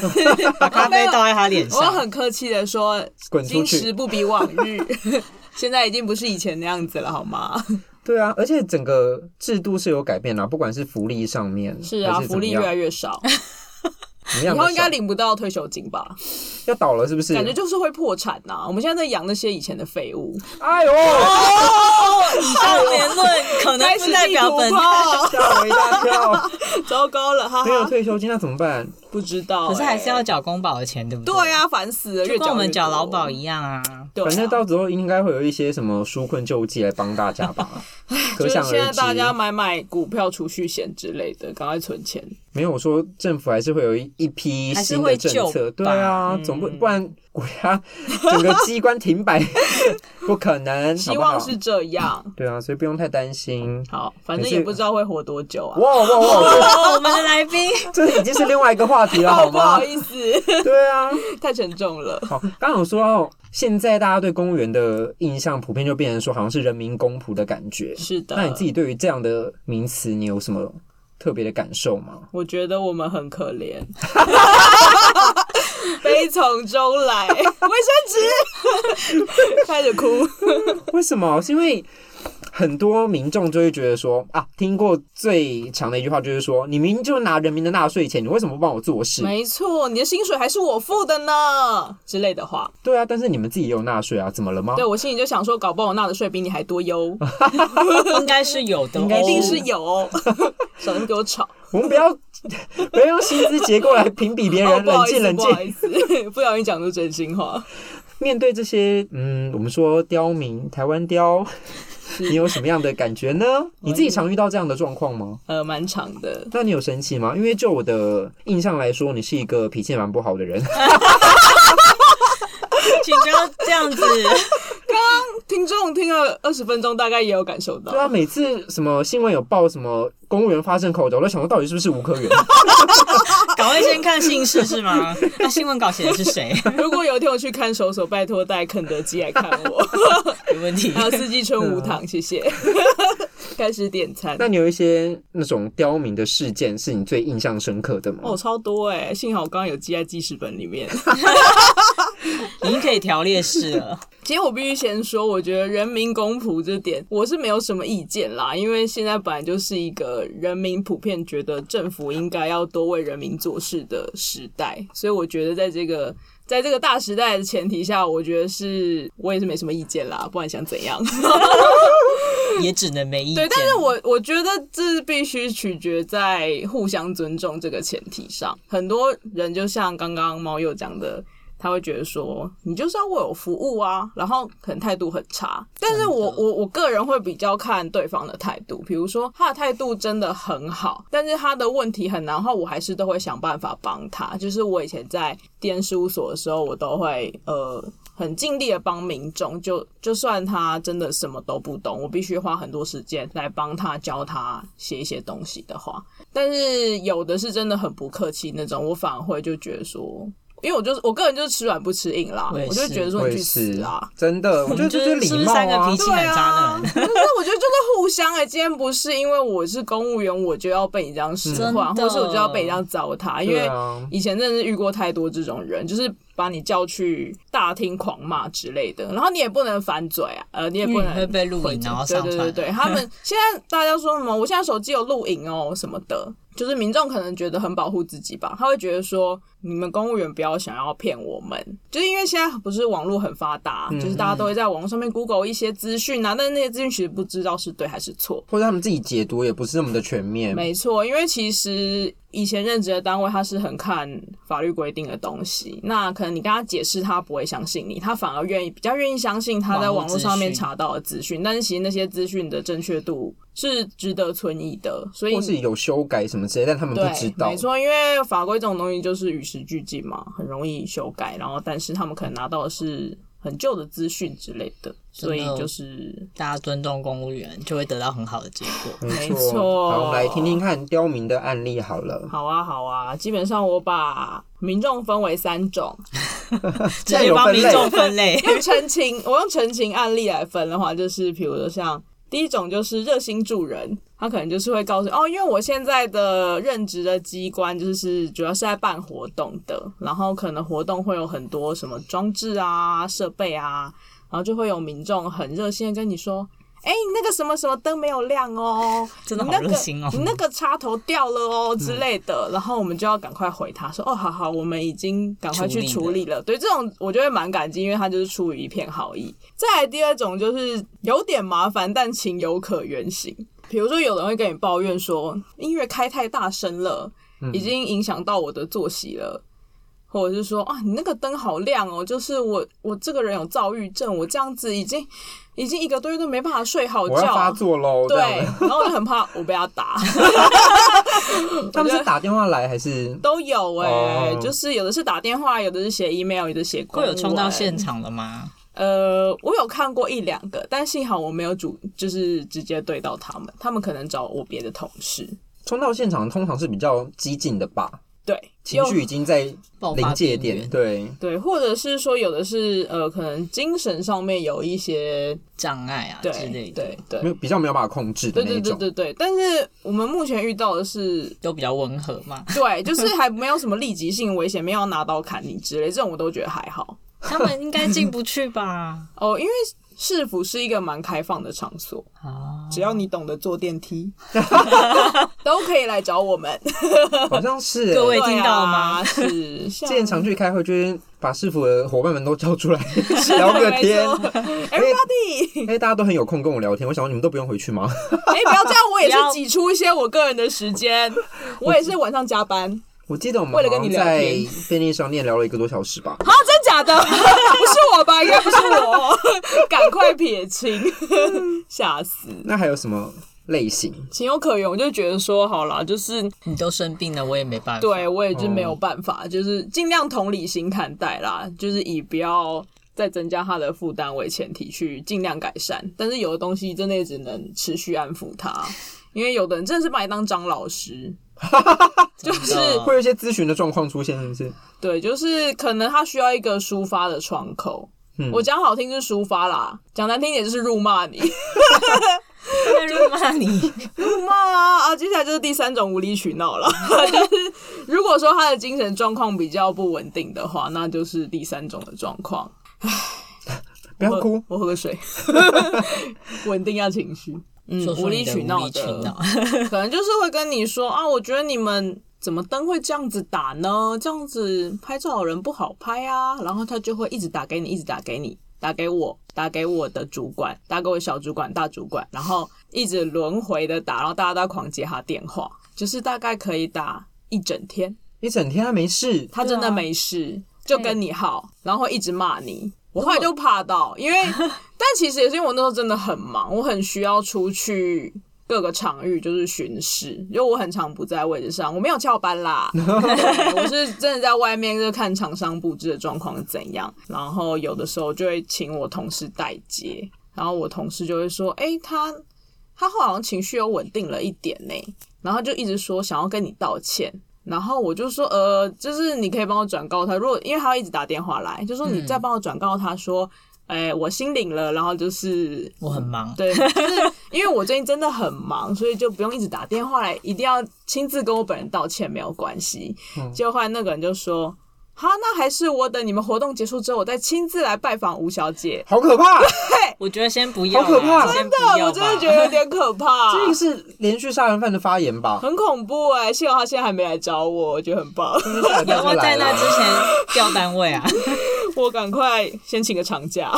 [SPEAKER 2] 把咖啡倒在他脸”
[SPEAKER 3] 我
[SPEAKER 2] 上。
[SPEAKER 3] 很客气的说
[SPEAKER 1] 滚：“出
[SPEAKER 3] 今
[SPEAKER 1] 去
[SPEAKER 3] 时不比往日，现在已经不是以前那样子了，好吗？”
[SPEAKER 1] 对啊，而且整个制度是有改变啦，不管是福利上面，
[SPEAKER 3] 是啊，
[SPEAKER 1] 还是怎
[SPEAKER 3] 福
[SPEAKER 1] 么
[SPEAKER 3] 利
[SPEAKER 1] 样
[SPEAKER 3] 越来越少，
[SPEAKER 1] 怎么
[SPEAKER 3] 以
[SPEAKER 1] 样的
[SPEAKER 3] 后应该
[SPEAKER 1] 少
[SPEAKER 3] 领不到退休金吧？
[SPEAKER 1] 要倒了，是不啊是？
[SPEAKER 3] 感觉就是会破产呐、我们现在在养那些以前的废物，
[SPEAKER 1] 哎呦，
[SPEAKER 3] 哦
[SPEAKER 2] 以上言论可能
[SPEAKER 3] 开
[SPEAKER 2] 不
[SPEAKER 3] 始
[SPEAKER 2] 代
[SPEAKER 3] 地
[SPEAKER 2] 表
[SPEAKER 3] 图
[SPEAKER 2] 本台，
[SPEAKER 3] 炮，
[SPEAKER 1] 吓我一大 跳，
[SPEAKER 3] 糟糕了，哈
[SPEAKER 1] 没有
[SPEAKER 3] 哈，
[SPEAKER 1] 退休金那怎么办？
[SPEAKER 3] 不知道、
[SPEAKER 2] 可是还
[SPEAKER 3] 欸
[SPEAKER 2] 是要缴公保的钱，对不
[SPEAKER 3] 对啊呀、烦死了，
[SPEAKER 2] 就
[SPEAKER 3] 越
[SPEAKER 2] 跟我们缴
[SPEAKER 3] 缴
[SPEAKER 2] 劳保
[SPEAKER 3] 一
[SPEAKER 2] 一样啊。
[SPEAKER 3] 对啊、
[SPEAKER 1] 反正到时候应该会有一些什么纾困救济来帮大家吧，
[SPEAKER 3] 就
[SPEAKER 1] 可
[SPEAKER 3] 是
[SPEAKER 1] 想而
[SPEAKER 3] 现
[SPEAKER 1] 知。
[SPEAKER 3] 在大家买买股票、储蓄险之类的，赶快存钱。
[SPEAKER 1] 没有说政府还是会有一一批
[SPEAKER 2] 还是
[SPEAKER 1] 新
[SPEAKER 2] 会
[SPEAKER 1] 的
[SPEAKER 2] 救
[SPEAKER 1] 政策，对啊
[SPEAKER 3] 吧，
[SPEAKER 1] 总不
[SPEAKER 3] 嗯
[SPEAKER 1] 不然国家整个机关停摆， 不可能，
[SPEAKER 3] 希
[SPEAKER 1] 好
[SPEAKER 3] 望
[SPEAKER 1] 不好
[SPEAKER 3] 是这样。
[SPEAKER 1] 对啊，所以不用太担心。
[SPEAKER 3] 好，反正
[SPEAKER 1] 还是
[SPEAKER 3] 也不知道会活多久啊。
[SPEAKER 1] 哇哇 哇，
[SPEAKER 2] 哦，我们的来宾，
[SPEAKER 1] 这这已经是另外一个话题了，
[SPEAKER 3] 哦，
[SPEAKER 1] 好
[SPEAKER 3] 不好
[SPEAKER 1] 吗？
[SPEAKER 3] 意思，
[SPEAKER 1] 对啊，
[SPEAKER 3] 太沉重了。
[SPEAKER 1] 好，刚刚有说到，现在大家对公务员的印象普遍就变成说好像是人民公仆的感觉。
[SPEAKER 3] 是的，
[SPEAKER 1] 那你自己对于这样的名词，你有什么特别的感受吗？
[SPEAKER 3] 我觉得我们很可怜， 悲从中 来，卫生纸 开始哭。
[SPEAKER 1] 为什么？是因为很多民众就会觉得说啊，听过最长的一句话就是说，你明明就拿人民的纳税钱，你为什么不帮我做事？
[SPEAKER 3] 没错，你的薪水还是我付的呢之类的话。
[SPEAKER 1] 对啊，但是你们自己也有纳税啊，怎么了吗
[SPEAKER 3] 对？我心里就想说，搞不好我纳的税比你还多哟，
[SPEAKER 2] 应该是有的 哦，
[SPEAKER 1] 应该
[SPEAKER 3] 一定是有 哦。少在那边给我吵，
[SPEAKER 1] 我们不要 不要用薪资结构来评比别
[SPEAKER 3] 哦
[SPEAKER 1] 人，
[SPEAKER 3] 不好
[SPEAKER 1] 冷
[SPEAKER 3] 意
[SPEAKER 1] 静
[SPEAKER 3] 思，
[SPEAKER 1] 冷
[SPEAKER 3] 不
[SPEAKER 1] 静
[SPEAKER 3] 好。意思， 不小心讲出真心话。
[SPEAKER 1] 面对这些，嗯，我们说刁民，台湾刁，你有什么样的感觉呢？你自己常遇到这样的状况吗？
[SPEAKER 3] 呃，蛮长的。
[SPEAKER 1] 那你有生气吗？因为就我的印象来说，你是一个脾气蛮不好的人。
[SPEAKER 2] 请不要这 样子。
[SPEAKER 3] 听众听了二十分钟，大概也有感受
[SPEAKER 1] 对啊，
[SPEAKER 3] 到。
[SPEAKER 1] 每次什么新闻有报什么公务员发生口角，我都想说到底是不是吴科 员？
[SPEAKER 2] 赶快先看姓氏是 吗？那新闻稿写的是谁？
[SPEAKER 3] 如果有一天我去看守所，拜托带肯德基来看 我，
[SPEAKER 2] 没问题
[SPEAKER 3] 还。有四季春无糖，谢谢。
[SPEAKER 1] 啊
[SPEAKER 3] 开始点餐。
[SPEAKER 1] 那你有一些那种刁民的事件是你最印象深刻的吗？
[SPEAKER 3] 哦，超多哎！幸好我刚刚有记在记事本里面。
[SPEAKER 2] 已经可以调劣势了。
[SPEAKER 3] 其实我必须先说，我觉得人民公仆这点我是没有什么意见啦，因为现在本来就是一个人民普遍觉得政府应该要多为人民做事的时代，所以我觉得在这个在这个大时代的前提下，我觉得是我也是没什么意见啦，不然想怎样？
[SPEAKER 2] 也只能没意见。
[SPEAKER 3] 对，但是我我觉得这必须取决在互相尊重这个前提上。很多人就像刚刚猫友讲的，他会觉得说你就是要为我服务啊，然后可能态度很差。但是我我我个人会比较看对方的态度，比如说他的态度真的很好，但是他的问题很难的话，我还是都会想办法帮他。就是我以前在电事务所的时候，我都会呃很尽力的帮民众，就就算他真的什么都不懂，我必须花很多时间来帮他教他写一些东西的话，但是有的是真的很不客气那种，我反而会就觉得说。因为我就是我个人就是吃软不吃硬啦，
[SPEAKER 2] 我
[SPEAKER 3] 我
[SPEAKER 2] 也
[SPEAKER 3] 就觉得说
[SPEAKER 1] 我
[SPEAKER 3] 你
[SPEAKER 1] 也
[SPEAKER 3] 去
[SPEAKER 1] 是
[SPEAKER 3] 死啊！，
[SPEAKER 1] 真的，我觉得
[SPEAKER 2] 就
[SPEAKER 1] 这
[SPEAKER 2] 是
[SPEAKER 1] 就是
[SPEAKER 2] 是不
[SPEAKER 1] 礼
[SPEAKER 2] 是
[SPEAKER 1] 貌
[SPEAKER 2] 三个
[SPEAKER 1] 啊
[SPEAKER 2] 脾。气很渣的人，
[SPEAKER 3] 可是我觉得就是互相哎、今天不是因为我是公务员，我就要被你这样使
[SPEAKER 2] 真的
[SPEAKER 3] 唤，或者是我就要被你这样糟蹋，因
[SPEAKER 1] 对
[SPEAKER 3] 为
[SPEAKER 1] 啊，
[SPEAKER 3] 以前真的是遇过太多这种人，就是把你叫去大厅狂骂之类的，然后你也不能反嘴啊，呃，你也不
[SPEAKER 2] 因为
[SPEAKER 3] 能
[SPEAKER 2] 你会被录影然后
[SPEAKER 3] 对
[SPEAKER 2] 上
[SPEAKER 3] 对
[SPEAKER 2] 传。
[SPEAKER 3] 对对，他们现在大家说什么？我现在手机有录影哦什么的，就是民众可能觉得很保护自己吧，他会觉得说你们公务员不要想要骗我们，就是因为现在不是网络很发达，
[SPEAKER 1] 嗯
[SPEAKER 3] 就是大家都会在网络上面 Google 一些资讯啊，但是那些资讯其实不知道是对还是错，
[SPEAKER 1] 或者他们自己解读也不是那么的全面。
[SPEAKER 3] 没错，因为其实以前任职的单位，他是很看法律规定的东西。那可能你跟他解释，他不会相信你，他反而愿意比较愿意相信他在
[SPEAKER 2] 网络
[SPEAKER 3] 网络上面
[SPEAKER 2] 资讯
[SPEAKER 3] 查到的资讯。但是其实那些资讯的正确度是值得存疑的，所以
[SPEAKER 1] 或是有修改什么之类，但他们不
[SPEAKER 3] 对，
[SPEAKER 1] 知道
[SPEAKER 3] 没。错，因为法规这种东西就是与时俱进嘛，很容易修改。然后，但是他们可能拿到的是很旧的资讯之类的，所以
[SPEAKER 2] 真的
[SPEAKER 3] 就是
[SPEAKER 2] 大家尊重公务员，就会得到很好的结 果。
[SPEAKER 1] 没
[SPEAKER 3] 没错
[SPEAKER 1] 好，我们来听听看刁民的案例好了。
[SPEAKER 3] 好啊，好啊，基本上我把民众分为三种。。
[SPEAKER 2] 直接帮民众分类
[SPEAKER 3] 用陈情， 我用陈情案例来分的话，就是比如说像第一种就是热心助人，他可能就是会告诉你哦，因为我现在的任职的机关就是主要是在办活动的，然后可能活动会有很多什么装置啊、设备啊，然后就会有民众很热心的跟你说。哎、你那个什么什么灯没有亮哦，
[SPEAKER 2] 真的
[SPEAKER 3] 你
[SPEAKER 2] 好
[SPEAKER 3] 那个
[SPEAKER 2] 热心哦嗯
[SPEAKER 3] 你那个插头掉了哦之类的，然后我们就要赶快回他说，哦，好好，我们已经赶快去处理了。对，这种我觉得蛮感激，因为他就是出于一片好意。再来第二种就是有点麻烦，但情有可原型。比如说，有人会跟你抱怨说，音乐开太大声了，
[SPEAKER 1] 嗯
[SPEAKER 3] 已经影响到我的作息了。或者是说啊，你那个灯好亮哦，就是我我这个人有躁郁症，我这样子已经已经一个多月都没办法睡好
[SPEAKER 1] 我要发
[SPEAKER 3] 觉，
[SPEAKER 1] 作喽。
[SPEAKER 3] 对
[SPEAKER 1] 这 样，
[SPEAKER 3] 然后我就很怕我被他打，
[SPEAKER 1] 他们是打电话来还是？
[SPEAKER 3] 都 有哎、
[SPEAKER 1] 哦
[SPEAKER 3] 就是有的是打电话，有的是写 email，有的写公
[SPEAKER 2] 会
[SPEAKER 3] 文
[SPEAKER 2] 有冲到现。场的吗？
[SPEAKER 3] 呃，我有看过一两个，但幸好我没有主，就是直接对到他们，他们可能找我别的同事，
[SPEAKER 1] 冲到现场通常是比较激进的吧，
[SPEAKER 3] 对，
[SPEAKER 1] 情
[SPEAKER 3] 又
[SPEAKER 1] 绪已经在
[SPEAKER 2] 爆发
[SPEAKER 1] 临界
[SPEAKER 2] 边
[SPEAKER 1] 点。
[SPEAKER 2] 缘
[SPEAKER 1] 对，
[SPEAKER 3] 对，或者是说有的是呃，可能精神上面有一些
[SPEAKER 2] 障碍啊
[SPEAKER 3] 对
[SPEAKER 2] 之类
[SPEAKER 3] 对
[SPEAKER 2] 的，
[SPEAKER 3] 对
[SPEAKER 1] 没有比较没有办法控制的
[SPEAKER 3] 对
[SPEAKER 1] 那一
[SPEAKER 3] 对对
[SPEAKER 1] 种。
[SPEAKER 3] 对对，但是我们目前遇到的是。
[SPEAKER 2] 都比较温和嘛
[SPEAKER 3] 对，就是还没有什么立即性危险，没有要拿刀砍你之类，这种我都觉得还好
[SPEAKER 2] 他们应该进不去 吧？
[SPEAKER 3] 哦，因为市府是一个蛮开放的场所，
[SPEAKER 2] 哦，
[SPEAKER 3] 只要你懂得坐电梯， 都可以来找我们。
[SPEAKER 1] 好像 是、
[SPEAKER 2] 各位
[SPEAKER 1] 欸。
[SPEAKER 2] 被听到吗
[SPEAKER 3] 对啊是，之
[SPEAKER 1] 之前 常去开会，就是把市府的伙伴们都叫出来
[SPEAKER 3] 啊
[SPEAKER 1] 聊个天。
[SPEAKER 3] ，Everybody，
[SPEAKER 1] 哎、大家都很有空跟我聊天，我想说你们都不用回去吗？
[SPEAKER 3] 哎、不要这样，我也
[SPEAKER 2] 不要
[SPEAKER 3] 是挤出一些我个人的时间，我也是晚上 加班，
[SPEAKER 1] 我记得我们
[SPEAKER 3] 为了跟你
[SPEAKER 1] 好像
[SPEAKER 3] 聊
[SPEAKER 1] 在
[SPEAKER 3] 天
[SPEAKER 1] 便利商店聊了一个多小时吧。
[SPEAKER 3] 啊，真假的？ 不是我吧？应该不是我， 赶快撇清， 吓死。
[SPEAKER 1] 那还有什么类型？
[SPEAKER 3] 情有可原，我就觉得说好啦，就是
[SPEAKER 2] 你都生病了，我也没办法。
[SPEAKER 3] 对我也是没有
[SPEAKER 2] 嗯
[SPEAKER 3] 办法，就是尽量同理心看待啦，就是以不要再增加他的负担为前提去尽量改善。但是有的东西真的也只能持续安抚他，因为有的人真的是把你当张 老师，
[SPEAKER 2] 真的，啊
[SPEAKER 3] 就是
[SPEAKER 1] 会有一些咨询的状况出现，是不是？
[SPEAKER 3] 对，就是可能他需要一个抒发的窗口。
[SPEAKER 1] 嗯
[SPEAKER 3] 我讲好听是抒发啦，讲难听点就是辱骂你，
[SPEAKER 2] 会辱骂你。
[SPEAKER 3] 辱骂啊！啊接下来就是第三种无理取闹了。就是如果说他的精神状况比较不稳定的话，那就是第三种的状况。
[SPEAKER 1] 不要哭，
[SPEAKER 3] 我喝个水，稳定一下情绪。嗯
[SPEAKER 2] 说说
[SPEAKER 3] 无
[SPEAKER 2] 你
[SPEAKER 3] 理
[SPEAKER 2] 的
[SPEAKER 3] 取
[SPEAKER 2] 无
[SPEAKER 3] 闹
[SPEAKER 2] 理取
[SPEAKER 3] 的
[SPEAKER 2] 闹，，
[SPEAKER 3] 可能就是会跟你说啊，我觉得你们怎么灯会这样子打呢？这样子拍照的人不好拍啊。然后他就会一直打给你，一直打给你，打给我，打给我的主管，打给我小主管、大主管，然后一直轮回的打，然后大家都在狂接他电话，就是大概可以打一整天。
[SPEAKER 1] 一整天他啊没事，
[SPEAKER 3] 他真的没事，就跟你好，然后会一直骂你。我后来就怕到，因为但其实也是因为我那时候真的很忙，我很需要出去各个场域就是巡视，因为我很常不在位置上，我没有翘班啦，对我是真的在外面就是看厂商布置的状况是怎样，然后有的时候就会请我同事代接，然后我同事就会说，哎、他他后来好像情绪有稳定了一点呢、然后就一直说想要跟你道歉。然后我就说，呃，就是你可以帮我转告他，如果因为他要一直打电话来，就说你再帮我转告他
[SPEAKER 2] 嗯
[SPEAKER 3] 说，哎、我心领了，然后就是
[SPEAKER 2] 我很忙。
[SPEAKER 3] 对，就是因为我最近真的很忙，所以就不用一直打电话来，一定要亲自跟我本人道歉没有关系。
[SPEAKER 2] 嗯
[SPEAKER 3] 结果后来那个人就说：“好，那还是我等你们活动结束之后，我再亲自来拜访吴小姐。
[SPEAKER 1] 好可 怕！
[SPEAKER 2] 我觉得先不要啦，
[SPEAKER 1] 好可怕
[SPEAKER 2] 先不”
[SPEAKER 3] 但
[SPEAKER 2] 要
[SPEAKER 3] 我真的
[SPEAKER 2] 吧
[SPEAKER 3] 觉得有点可怕，
[SPEAKER 1] 这个是连续杀人犯的发言 吧？
[SPEAKER 3] 很恐怖哎、幸好他现在还没来找我，我觉得很棒。
[SPEAKER 2] 你要不要在那之前调单位啊？
[SPEAKER 3] 我赶快先请个长假，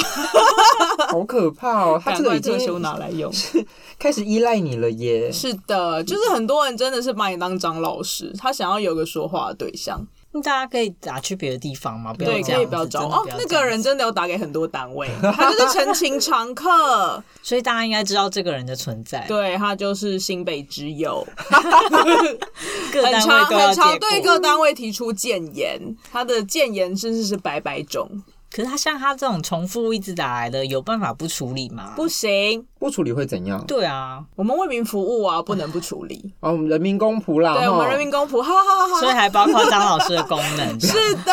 [SPEAKER 1] 好可怕哦！他
[SPEAKER 3] 赶
[SPEAKER 1] 这个
[SPEAKER 3] 快
[SPEAKER 1] 已
[SPEAKER 3] 这
[SPEAKER 1] 经
[SPEAKER 3] 个休拿来用。
[SPEAKER 1] 开始依赖你了耶。
[SPEAKER 3] 是的，就是很多人真的是把你当张老师，他想要有个说话的对象。
[SPEAKER 2] 大家可以打去别的地方嘛，不要
[SPEAKER 3] 对，
[SPEAKER 2] 这
[SPEAKER 3] 可
[SPEAKER 2] 样
[SPEAKER 3] 以
[SPEAKER 2] 子
[SPEAKER 3] 不要找
[SPEAKER 2] 真
[SPEAKER 3] 我
[SPEAKER 2] 的
[SPEAKER 3] 哦
[SPEAKER 2] 不要。
[SPEAKER 3] 那
[SPEAKER 2] 这样
[SPEAKER 3] 个人真的有打给很多单位，他就是陈情常客，
[SPEAKER 2] 子，所以大家应该知道这个人的存在，
[SPEAKER 3] 对他就是新北之友，
[SPEAKER 2] 各
[SPEAKER 3] 很
[SPEAKER 2] 单
[SPEAKER 3] 常
[SPEAKER 2] 位都要
[SPEAKER 3] 很
[SPEAKER 2] 接
[SPEAKER 3] 常对
[SPEAKER 2] 过
[SPEAKER 3] 各单位提出谏言，他的谏言甚至是百百种，
[SPEAKER 2] 可是他像他这种重复一直打来的，有办法不处理吗？
[SPEAKER 3] 不，行，
[SPEAKER 1] 不处理会怎样？
[SPEAKER 2] 对啊，
[SPEAKER 3] 我们为民服务啊，不能不处理，
[SPEAKER 1] 哦，我们人民公仆啦，
[SPEAKER 3] 对我们
[SPEAKER 1] 齁
[SPEAKER 3] 人民公仆，哈哈哈
[SPEAKER 2] 所以
[SPEAKER 3] 哈。
[SPEAKER 2] 还包括张老师的功 能。
[SPEAKER 3] 是的，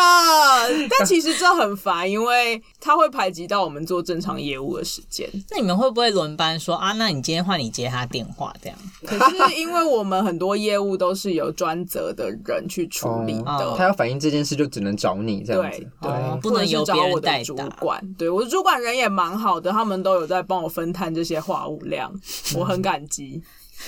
[SPEAKER 3] 但其实这很烦，因为他会排挤到我们做正常业务的时间。
[SPEAKER 2] 那你们会不会轮班说啊？那你今天换你接他电话这样？
[SPEAKER 3] 可是因为我们很多业务都是由专责的人去处理的，
[SPEAKER 2] 哦
[SPEAKER 1] 他要反映这件事，就只能找你这样子。
[SPEAKER 3] 对对、
[SPEAKER 2] 哦不
[SPEAKER 3] 嗯或者
[SPEAKER 2] 能
[SPEAKER 3] 是
[SPEAKER 2] 由
[SPEAKER 3] 找
[SPEAKER 2] 别人
[SPEAKER 3] 我
[SPEAKER 2] 代
[SPEAKER 3] 的主
[SPEAKER 2] 打
[SPEAKER 3] 管，对我的主管人也蛮好的，他们都有在帮我分摊这些些话务量，我很感 激。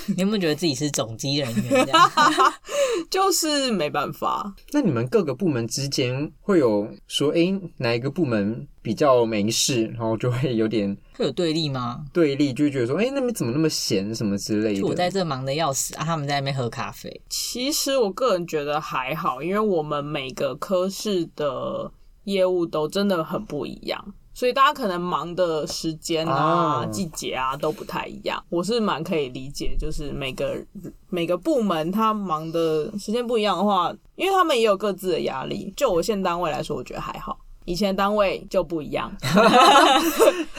[SPEAKER 2] 你有没有觉得自己是总机人员这样？
[SPEAKER 3] 就是没办法，
[SPEAKER 1] 那你们各个部门之间会有说，诶，哪一个部门比较没事，然后就会有点
[SPEAKER 2] 会有对立吗？
[SPEAKER 1] 对立，就会觉得说，诶，那边怎么那么闲，什么之类
[SPEAKER 2] 就我在
[SPEAKER 1] 的。
[SPEAKER 2] 这忙的要死啊，他们在那边喝咖啡。
[SPEAKER 3] 其实我个人觉得还好，因为我们每个科室的业务都真的很不一样，所以大家可能忙的时间啊、
[SPEAKER 1] 哦
[SPEAKER 3] 季节啊都不太一样。我是蛮可以理解，就是每个每个部门他忙的时间不一样的话，因为他们也有各自的压力。就我现单位来说，我觉得还好。以前单位就不一样，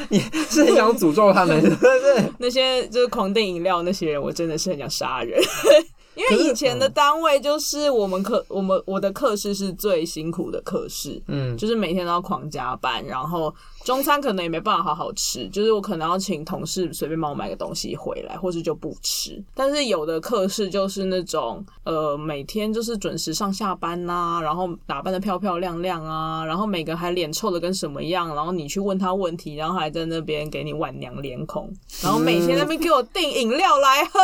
[SPEAKER 1] 你是很想诅咒他们， 是不是？
[SPEAKER 3] 那些就是狂订饮料那些人，我真的是很想杀人。 因
[SPEAKER 1] 可
[SPEAKER 3] 为
[SPEAKER 1] 是嗯
[SPEAKER 3] 以前的单位就是我们课，我们我的课室是最辛苦的课室，
[SPEAKER 1] 嗯，
[SPEAKER 3] 就是每天都要狂加班，然后中餐可能也没办法好好吃，就是我可能要请同事随便帮我买个东西回来，或是就不吃。但是有的课室就是那种呃，每天就是准时上下班呐、然后打扮的漂漂亮亮啊，然后每个还脸臭的跟什么样，然后你去问他问题，然后还在那边给你碗娘脸孔，然后每天在那边给我订饮料来喝，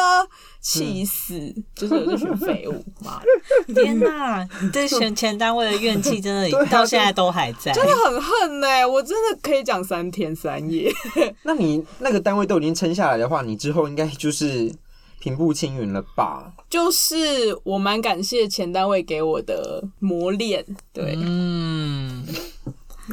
[SPEAKER 3] 气死！就是这群废物，妈的！
[SPEAKER 2] 天哪、 这前前单位的怨气真的
[SPEAKER 1] 对啊
[SPEAKER 2] 到现在都还在。
[SPEAKER 3] 真的很恨呢、我真的可以讲三天三夜。
[SPEAKER 1] 那你那个单位都已经撑下来的话，你之后应该就是平步青云了吧？
[SPEAKER 3] 就是我蛮感谢前单位给我的磨练，对、
[SPEAKER 2] 嗯，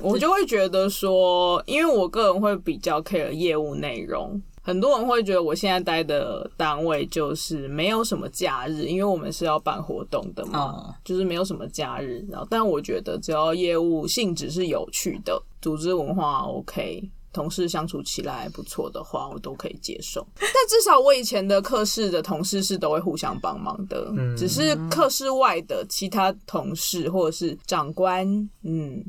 [SPEAKER 3] 我就会觉得说，因为我个人会比较 care 业务内容。很多人会觉得我现在待的单位就是没有什么假日，因为我们是要办活动的嘛，
[SPEAKER 2] 哦，
[SPEAKER 3] 就是没有什么假日。然后，但我觉得只要业务性质是有趣的，组织文化 OK，同事相处起来不错的话，我都可以接受。但至少我以前的课室的同事是都会互相帮忙的，
[SPEAKER 1] 嗯
[SPEAKER 3] 只是课室外的其他同事或者是长官，嗯，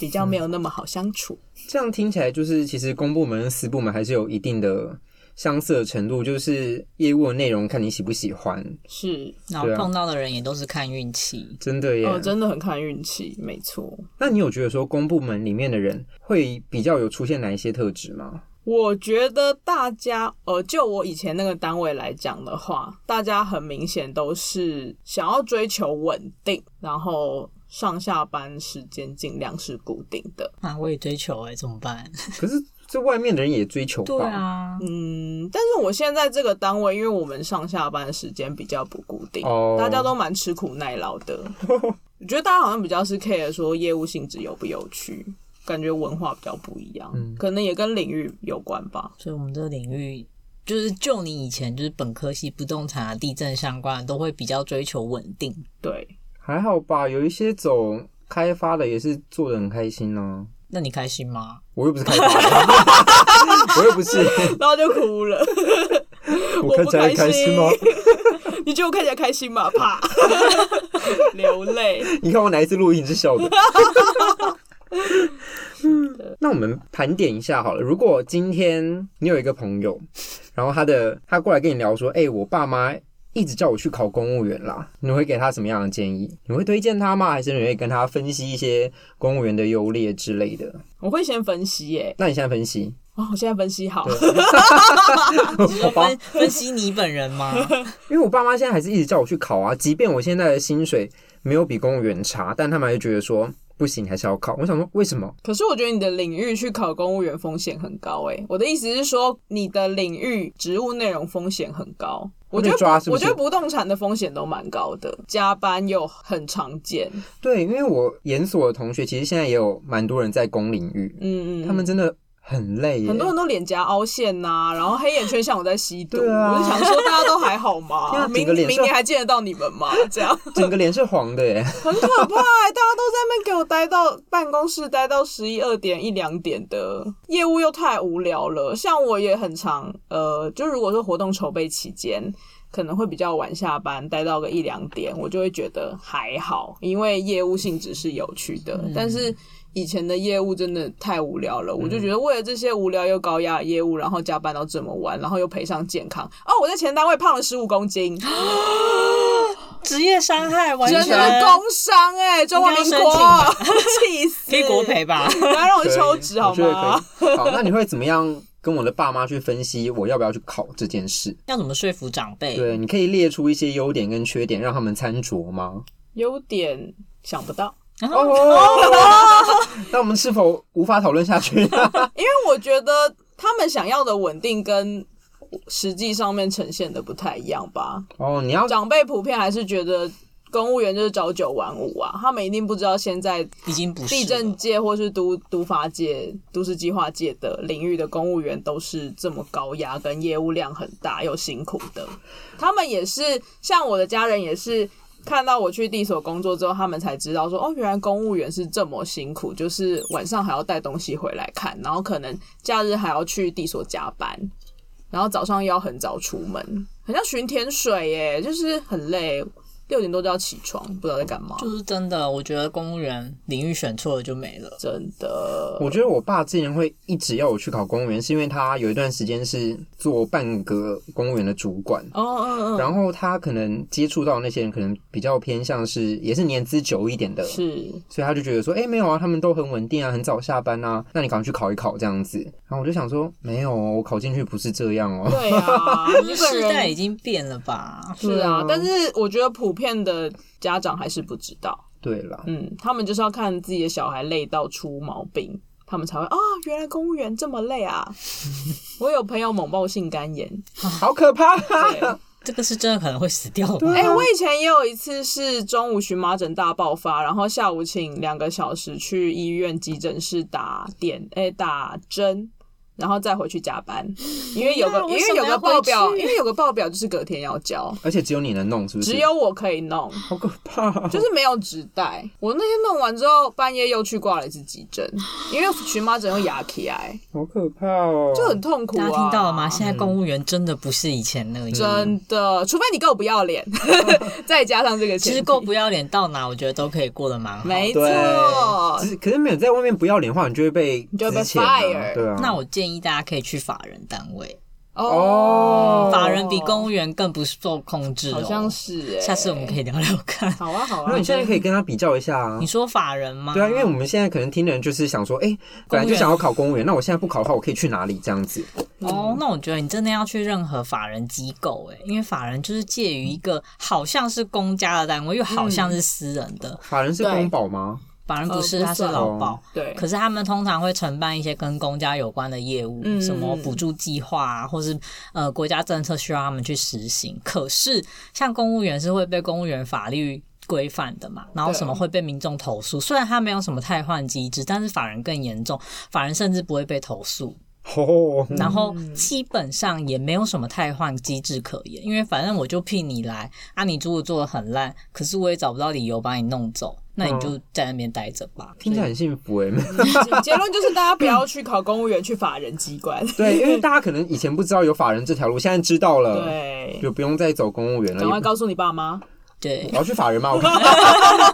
[SPEAKER 3] 比较没有那么好相处。
[SPEAKER 1] 这样听起来就是，其实公部门跟私部门还是有一定的相似的程度，就是业务的内容看你喜不喜欢，
[SPEAKER 3] 是
[SPEAKER 2] 然后
[SPEAKER 1] 对啊
[SPEAKER 2] 碰到的人也都是看运气。
[SPEAKER 1] 真的耶。
[SPEAKER 3] 哦，真的很看运气，没错。
[SPEAKER 1] 那你有觉得说公部门里面的人会比较有出现哪一些特质吗？
[SPEAKER 3] 我觉得大家，呃，就我以前那个单位来讲的话，大家很明显都是想要追求稳定，然后上下班时间尽量是固定的。
[SPEAKER 2] 啊，我也追求哎、怎么办？
[SPEAKER 1] 可是这外面的人也追求吧？
[SPEAKER 2] 对啊，
[SPEAKER 3] 嗯，但是我现在这个单位，因为我们上下班时间比较不固定，
[SPEAKER 1] 哦
[SPEAKER 3] 大家都蛮吃苦耐劳 的。我觉得大家好像比较是 care 说业务性质有不有趣，感觉文化比较不一样，
[SPEAKER 1] 嗯
[SPEAKER 3] 可能也跟领域有关吧。
[SPEAKER 2] 所以我们这个领域。就是就你以前就是本科系不动产啊、地震相关的，都会比较追求稳定。
[SPEAKER 3] 对，
[SPEAKER 1] 还好吧，有一些走开发的也是做的很开心呢、
[SPEAKER 2] 那你开心吗？
[SPEAKER 1] 我又不是开发的，我又不是，
[SPEAKER 3] 然后就哭了。
[SPEAKER 1] 我看起来很开心吗
[SPEAKER 3] 我？你觉得我看起来开心吗？啪， 流泪。
[SPEAKER 1] 你看我哪一次录音是笑的？嗯，那我们盘点一下好了。如果今天你有一个朋友，然后他的他过来跟你聊说，哎、我爸妈一直叫我去考公务员啦，你会给他什么样的建议？你会推荐他吗？还是你会跟他分析一些公务员的优劣之类的？
[SPEAKER 3] 我会先分析耶、
[SPEAKER 1] 那你现在分析，
[SPEAKER 3] 哦，我现在分析好，
[SPEAKER 1] 我爸，
[SPEAKER 2] 分分析你本人 吗？
[SPEAKER 1] 因为我爸妈现在还是一直叫我去考啊，即便我现在的薪水没有比公务员差，但他们还是觉得说不行，还是要考。我想说，为什么？
[SPEAKER 3] 可是我觉得你的领域去考公务员风险很高哎、我的意思是说，你的领域职务内容风险很高。我觉得
[SPEAKER 1] 被抓是不是
[SPEAKER 3] 我觉得不动产的风险都蛮高的，加班又很常见。
[SPEAKER 1] 对，因为我研所的同学，其实现在也有蛮多人在公领域，
[SPEAKER 3] 嗯嗯，
[SPEAKER 1] 他们真的很累耶。
[SPEAKER 3] 很多人都脸颊凹陷呐、然后黑眼圈像我在吸毒。
[SPEAKER 1] 对啊
[SPEAKER 3] 我就想说，大家都还好
[SPEAKER 1] 天
[SPEAKER 3] 吗？
[SPEAKER 1] 啊整
[SPEAKER 3] 明
[SPEAKER 1] 个脸
[SPEAKER 3] 明
[SPEAKER 1] 上
[SPEAKER 3] 年还见得到你们吗？这样。
[SPEAKER 1] 整个脸是黄的 耶。
[SPEAKER 3] 很可怕、欸，大家都在那边给我待到办公室待到十一二点一两点的，业务又太无聊了。像我也很常，呃，就如果说活动筹备期间。可能会比较晚下班，待到个一两点，我就会觉得还好，因为业务性质是有趣的。但是以前的业务真的太无聊了，我就觉得为了这些无聊又高压的业务，然后加班到这么晚，然后又赔上健康。哦，我在前单位胖了十五公斤，
[SPEAKER 2] 职业伤害完全
[SPEAKER 3] 真的工伤哎、中华民国，气死！
[SPEAKER 2] 可以国，赔吧？
[SPEAKER 3] 不要让我去抽脂好
[SPEAKER 1] 我觉得
[SPEAKER 3] 吗？
[SPEAKER 1] 可以。好，那你会怎么样跟我的爸妈去分析我要不要去考这件事。
[SPEAKER 2] 要怎么说服长辈？
[SPEAKER 1] 对，你可以列出一些优点跟缺点，让他们参酌吗？
[SPEAKER 3] 优点想不到，
[SPEAKER 2] 然后
[SPEAKER 1] 哦，那我们是否无法讨论下去？
[SPEAKER 3] 因为我觉得他们想要的稳定跟实际上面呈现的不太一样吧。
[SPEAKER 1] 哦，你要
[SPEAKER 3] 长辈普遍还是觉得公务员就是朝九晚五啊，他们一定不知道现在
[SPEAKER 2] 已经不是
[SPEAKER 3] 地
[SPEAKER 2] 了
[SPEAKER 3] 震界或是都都发界、都市计划界的领域的公务员都是这么高压，跟业务量很大又辛苦的。他们也是像我的家人也是。看到我去地所工作之后，他们才知道说，哦，原来公务员是这么辛苦，就是晚上还要带东西回来看，然后可能假日还要去地所加班，然后早上又要很早出门，很像巡天水耶，就是很累，六点多就要起床，不知道在干嘛，
[SPEAKER 2] 就是真的，我觉得公务员领域选错了就没了。
[SPEAKER 3] 真的。
[SPEAKER 1] 我觉得我爸之前会一直要我去考公务员，是因为他有一段时间是做半个公务员的主管，
[SPEAKER 3] 哦哦哦，
[SPEAKER 1] 然后他可能接触到那些人，可能比较偏向是也是年资久一点的，所
[SPEAKER 3] 是
[SPEAKER 1] 以他就觉得说，哎、没有啊，他们都很稳定啊，很早下班啊，
[SPEAKER 3] 嗯
[SPEAKER 1] 那你赶快去考一考这样子。然后我就想说，没有哦，我考进去不是这样哦。
[SPEAKER 3] 对 啊，
[SPEAKER 2] 就
[SPEAKER 3] 日
[SPEAKER 2] 是
[SPEAKER 3] 本
[SPEAKER 2] 世代
[SPEAKER 3] 人
[SPEAKER 2] 已经变了吧？
[SPEAKER 3] 是
[SPEAKER 1] 对
[SPEAKER 3] 啊
[SPEAKER 1] 啊，
[SPEAKER 3] 但是我觉得普遍的家长还是不知道，
[SPEAKER 1] 对啦，
[SPEAKER 3] 嗯，他们就是要看自己的小孩累到出毛病，他们才会啊，原来公务员这么累啊！ 我有朋友猛爆性肝炎，
[SPEAKER 1] 好可怕、
[SPEAKER 3] 对，
[SPEAKER 2] 这个是真的可能会死掉吧？
[SPEAKER 3] 哎、我以前也有一次是中午荨麻疹大爆发，然后下午请两个小时去医院急诊室打点，哎、打针，然后再回去加班，因为有个因
[SPEAKER 2] 为
[SPEAKER 3] 为
[SPEAKER 2] 什
[SPEAKER 3] 有
[SPEAKER 2] 么
[SPEAKER 3] 个
[SPEAKER 2] 要
[SPEAKER 3] 报
[SPEAKER 2] 回
[SPEAKER 3] 表，
[SPEAKER 2] 去
[SPEAKER 3] 因为有个报表就是隔天要交，
[SPEAKER 1] 而且只有你能弄，是不是？
[SPEAKER 3] 只有我可以 弄，
[SPEAKER 1] 好可怕、啊，
[SPEAKER 3] 就是没有纸袋。我那天弄完之后，半夜又去挂了一次急诊，因为荨麻疹又压起来，
[SPEAKER 1] 好可怕哦，
[SPEAKER 3] 就很痛苦、啊。
[SPEAKER 2] 大家听到了吗？现在公务员真的不是以前那样。
[SPEAKER 3] 真的，除非你够不 要脸，再加上这个
[SPEAKER 2] 其
[SPEAKER 3] 前提，
[SPEAKER 2] 实够不要脸到哪，我觉得都可以过得蛮
[SPEAKER 1] 嗯
[SPEAKER 2] 好。
[SPEAKER 3] 没错
[SPEAKER 1] 对，只是可是没有在外面不要脸的话，你就会被
[SPEAKER 3] 你就会被
[SPEAKER 1] 之前啊
[SPEAKER 3] fire
[SPEAKER 1] 对啊，
[SPEAKER 2] 那我建议大家可以去法人单位，
[SPEAKER 1] 哦
[SPEAKER 2] 法人比公务员更不受控制哦。
[SPEAKER 3] 好像是、欸，
[SPEAKER 2] 下次我们可以聊聊看。
[SPEAKER 3] 好啊好啊，
[SPEAKER 1] 那你现在可以跟他比较一下啊
[SPEAKER 2] 你。说法人吗？
[SPEAKER 1] 对啊，因为我们现在可能听的人就是想说，哎、本来就想要考公务员，那我现在不考的话，我可以去哪里这样子？
[SPEAKER 2] 哦，
[SPEAKER 1] 嗯
[SPEAKER 2] 那我觉得你真的要去任何法人机构哎，因为法人就是介于一个好像是公家的单位，又好
[SPEAKER 1] 嗯
[SPEAKER 2] 像是私人的。
[SPEAKER 1] 法人是
[SPEAKER 3] 对
[SPEAKER 1] 公保吗？
[SPEAKER 2] 法人
[SPEAKER 3] 呃
[SPEAKER 2] 不是，
[SPEAKER 3] 不
[SPEAKER 2] 他是
[SPEAKER 3] 算
[SPEAKER 2] 劳保。
[SPEAKER 3] 对，
[SPEAKER 2] 可是他们通常会承办一些跟公家有关的业务，
[SPEAKER 3] 嗯
[SPEAKER 2] 什么补助计划啊，或是呃国家政策需要他们去实行。可是像公务员是会被公务员法律规范的嘛，然后
[SPEAKER 3] 对
[SPEAKER 2] 什么会被民众投诉。虽然他没有什么汰换机制，但是法人更严重，法人甚至不会被投诉。
[SPEAKER 1] 哦，
[SPEAKER 2] 然后基本上也没有什么汰换机制可言，因为反正我就聘你来啊，你如果做的很烂，可是我也找不到理由把你弄走，那你就在那边待着吧。
[SPEAKER 1] 听起来很幸福哎、
[SPEAKER 3] 结结论就是大家不要去考公务员，去法人机关，
[SPEAKER 1] 对，因为大家可能以前不知道有法人这条路，现在知道了，
[SPEAKER 3] 对，
[SPEAKER 1] 就不用再走公务员了。
[SPEAKER 3] 赶快
[SPEAKER 1] 也不
[SPEAKER 3] 告诉你 爸妈，
[SPEAKER 2] 对
[SPEAKER 1] 我，要去法 人吗？我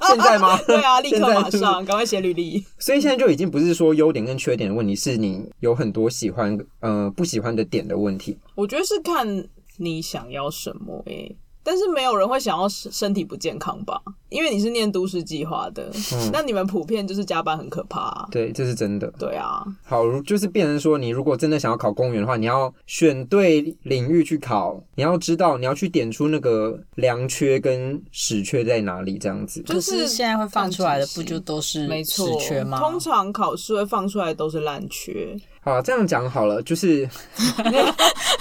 [SPEAKER 1] 现在吗？
[SPEAKER 3] 对啊，立刻
[SPEAKER 1] 现在
[SPEAKER 3] 马
[SPEAKER 1] 是不是
[SPEAKER 3] 上，赶快写履历，
[SPEAKER 1] 所以现在就已经不是说优点跟缺点的问题，是你有很多喜欢呃不喜欢的点的问题。
[SPEAKER 3] 我觉得是看你想要什么诶、但是没有人会想要身身体不健康吧？因为你是念都市计划的，那你们普遍就是加班很可怕啊、
[SPEAKER 1] 嗯对，这是真的。
[SPEAKER 3] 对啊，
[SPEAKER 1] 好，如就是变成说，你如果真的想要考公务员的话，你要选对领域去考，你要知道你要去点出那个良缺跟实缺在哪里，这样子。
[SPEAKER 3] 就
[SPEAKER 2] 可是现在会放出来的不就都
[SPEAKER 1] 嗯
[SPEAKER 2] 是
[SPEAKER 3] 没错
[SPEAKER 2] 死缺，吗？
[SPEAKER 3] 通常考试会放出来都是烂缺，
[SPEAKER 1] 好，这样讲好了，就是没有，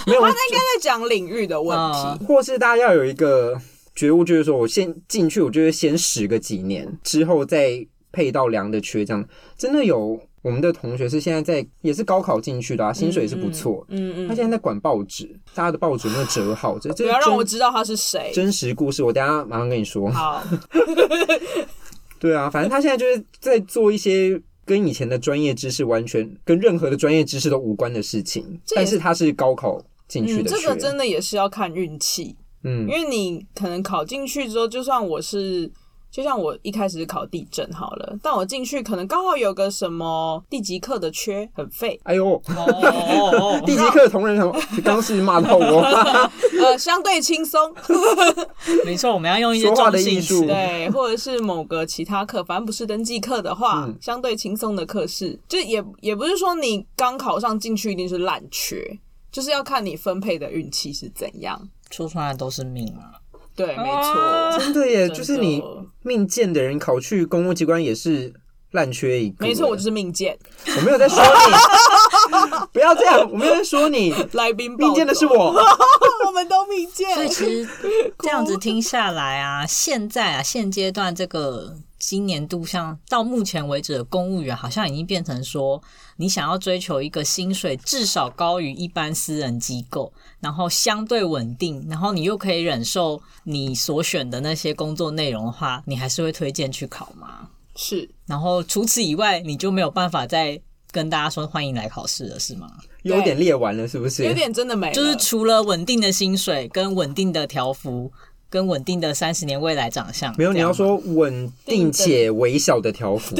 [SPEAKER 1] 我
[SPEAKER 3] 应该在讲领域的问题。
[SPEAKER 2] 嗯
[SPEAKER 1] 或是大家要有一个觉悟，就是说我先进去，我就会先使个几年，之后再配到良的缺，这样真的有我们的同学是现在在也是高考进去的、啊，薪水也是不错。
[SPEAKER 3] 嗯
[SPEAKER 1] 他
[SPEAKER 3] 嗯，
[SPEAKER 1] 现在在管报纸，大家的报纸有没有折好？这这
[SPEAKER 3] 不要让
[SPEAKER 1] 真
[SPEAKER 3] 我知道他是谁。
[SPEAKER 1] 真实故事，我等一下马上跟你 说。
[SPEAKER 3] 好，
[SPEAKER 1] 对啊，反正他现在就是在做一些跟以前的专业知识完全跟任何的专业知识都无关的事情，
[SPEAKER 3] 这也
[SPEAKER 1] 但是他是高考进 去
[SPEAKER 3] 嗯，
[SPEAKER 1] 的
[SPEAKER 3] 这
[SPEAKER 1] 学，
[SPEAKER 3] 个真的也是要看运气，
[SPEAKER 1] 嗯
[SPEAKER 3] 因为你可能考进去之后，就算我是就像我一开始是考地震好了，但我进去可能刚好有个什么地籍课的缺，很废。
[SPEAKER 1] 哎呦，
[SPEAKER 2] 哦，
[SPEAKER 1] 地籍课同仁什么？刚刚是不是骂到 我，
[SPEAKER 3] 呃，相对轻松，
[SPEAKER 2] 没错，我们要用一些
[SPEAKER 1] 说话
[SPEAKER 2] 中
[SPEAKER 1] 的
[SPEAKER 2] 性
[SPEAKER 1] 艺术
[SPEAKER 2] 词。
[SPEAKER 3] 对，或者是某个其他课，反正不是登记课的话，
[SPEAKER 1] 嗯
[SPEAKER 3] 相对轻松的课是，就也也不是说你刚考上进去一定是烂缺，就是要看你分配的运气是怎样。
[SPEAKER 2] 说出来都是命啊！
[SPEAKER 3] 对，没错，
[SPEAKER 2] 啊
[SPEAKER 1] 真的耶，
[SPEAKER 3] 真的
[SPEAKER 1] 就是你命贱的人考去公务机关也是烂缺一个。
[SPEAKER 3] 没错，我就是命贱，
[SPEAKER 1] 我没有在说你， 不要这样，我没有在说你，
[SPEAKER 3] 来宾暴
[SPEAKER 1] 命贱的是
[SPEAKER 3] 走，
[SPEAKER 1] 我。
[SPEAKER 3] 我们都命
[SPEAKER 2] 所以
[SPEAKER 3] 贱。
[SPEAKER 2] 其实这样子听下来啊，现在啊，现阶段这个今年度，像到目前为止的公务员，好像已经变成说，你想要追求一个薪水至少高于一般私人机构，然后相对稳定，然后你又可以忍受你所选的那些工作内容的话，你还是会推荐去考吗？
[SPEAKER 3] 是
[SPEAKER 2] 然后除此以外，你就没有办法再跟大家说欢迎来考试了，是吗？
[SPEAKER 1] 优点列完了是不是？
[SPEAKER 3] 有点真的没了，
[SPEAKER 2] 就是除了稳定的薪水、跟稳定的条幅、跟稳定的三十年未来长相，
[SPEAKER 1] 没有，你要
[SPEAKER 2] 这样吗。
[SPEAKER 1] 说稳定且微小的条 幅，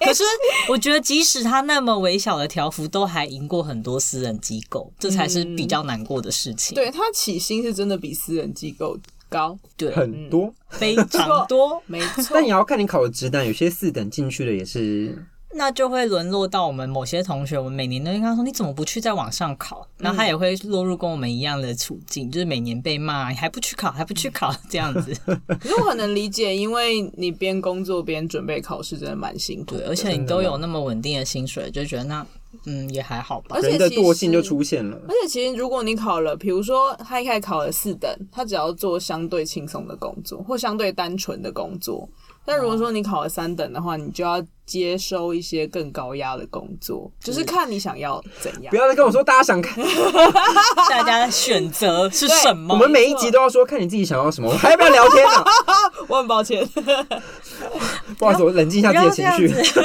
[SPEAKER 2] 可是我觉得，即使他那么微小的条幅，都还赢过很多私人机构，这才是比较难过的事
[SPEAKER 1] 嗯
[SPEAKER 2] 情。
[SPEAKER 3] 对他起薪是真的比私人机构高，
[SPEAKER 2] 对，
[SPEAKER 1] 很
[SPEAKER 3] 嗯
[SPEAKER 1] 多。
[SPEAKER 2] 非常多，
[SPEAKER 3] 没错
[SPEAKER 1] 但。也要看你考的职等，有些四等进去的也是，
[SPEAKER 2] 那就会沦落到我们某些同学，我们每年都会跟他说：“你怎么不去再往上考？”
[SPEAKER 1] 嗯
[SPEAKER 2] 然后他也会落入跟我们一样的处境，就是每年被骂，还不去考，还不去考这样子。
[SPEAKER 3] 可是我很能理解，因为你边工作边准备考试，真的蛮辛苦
[SPEAKER 2] 对，
[SPEAKER 3] 的。
[SPEAKER 2] 而且你都有那么稳定的薪水，就觉得那嗯也还好吧。
[SPEAKER 3] 而且
[SPEAKER 1] 人的
[SPEAKER 3] 其实
[SPEAKER 1] 惰性就出现了。
[SPEAKER 3] 而且其实如果你考了，比如说他一开始考了四等，他只要做相对轻松的工作或相对单纯的工作。但如果说你考了三等的话，你就要接收一些更高压的工作，就是看你想要怎样
[SPEAKER 1] 不。要再跟我说大家想
[SPEAKER 3] 哦
[SPEAKER 1] 看，
[SPEAKER 2] 大家选择是什么？
[SPEAKER 1] 我们每一集都要说看你自己想要什么，我还要不要聊天 呢？
[SPEAKER 3] 我很抱歉，
[SPEAKER 1] 不好意思，我冷静一下自己的情绪。
[SPEAKER 2] 绪。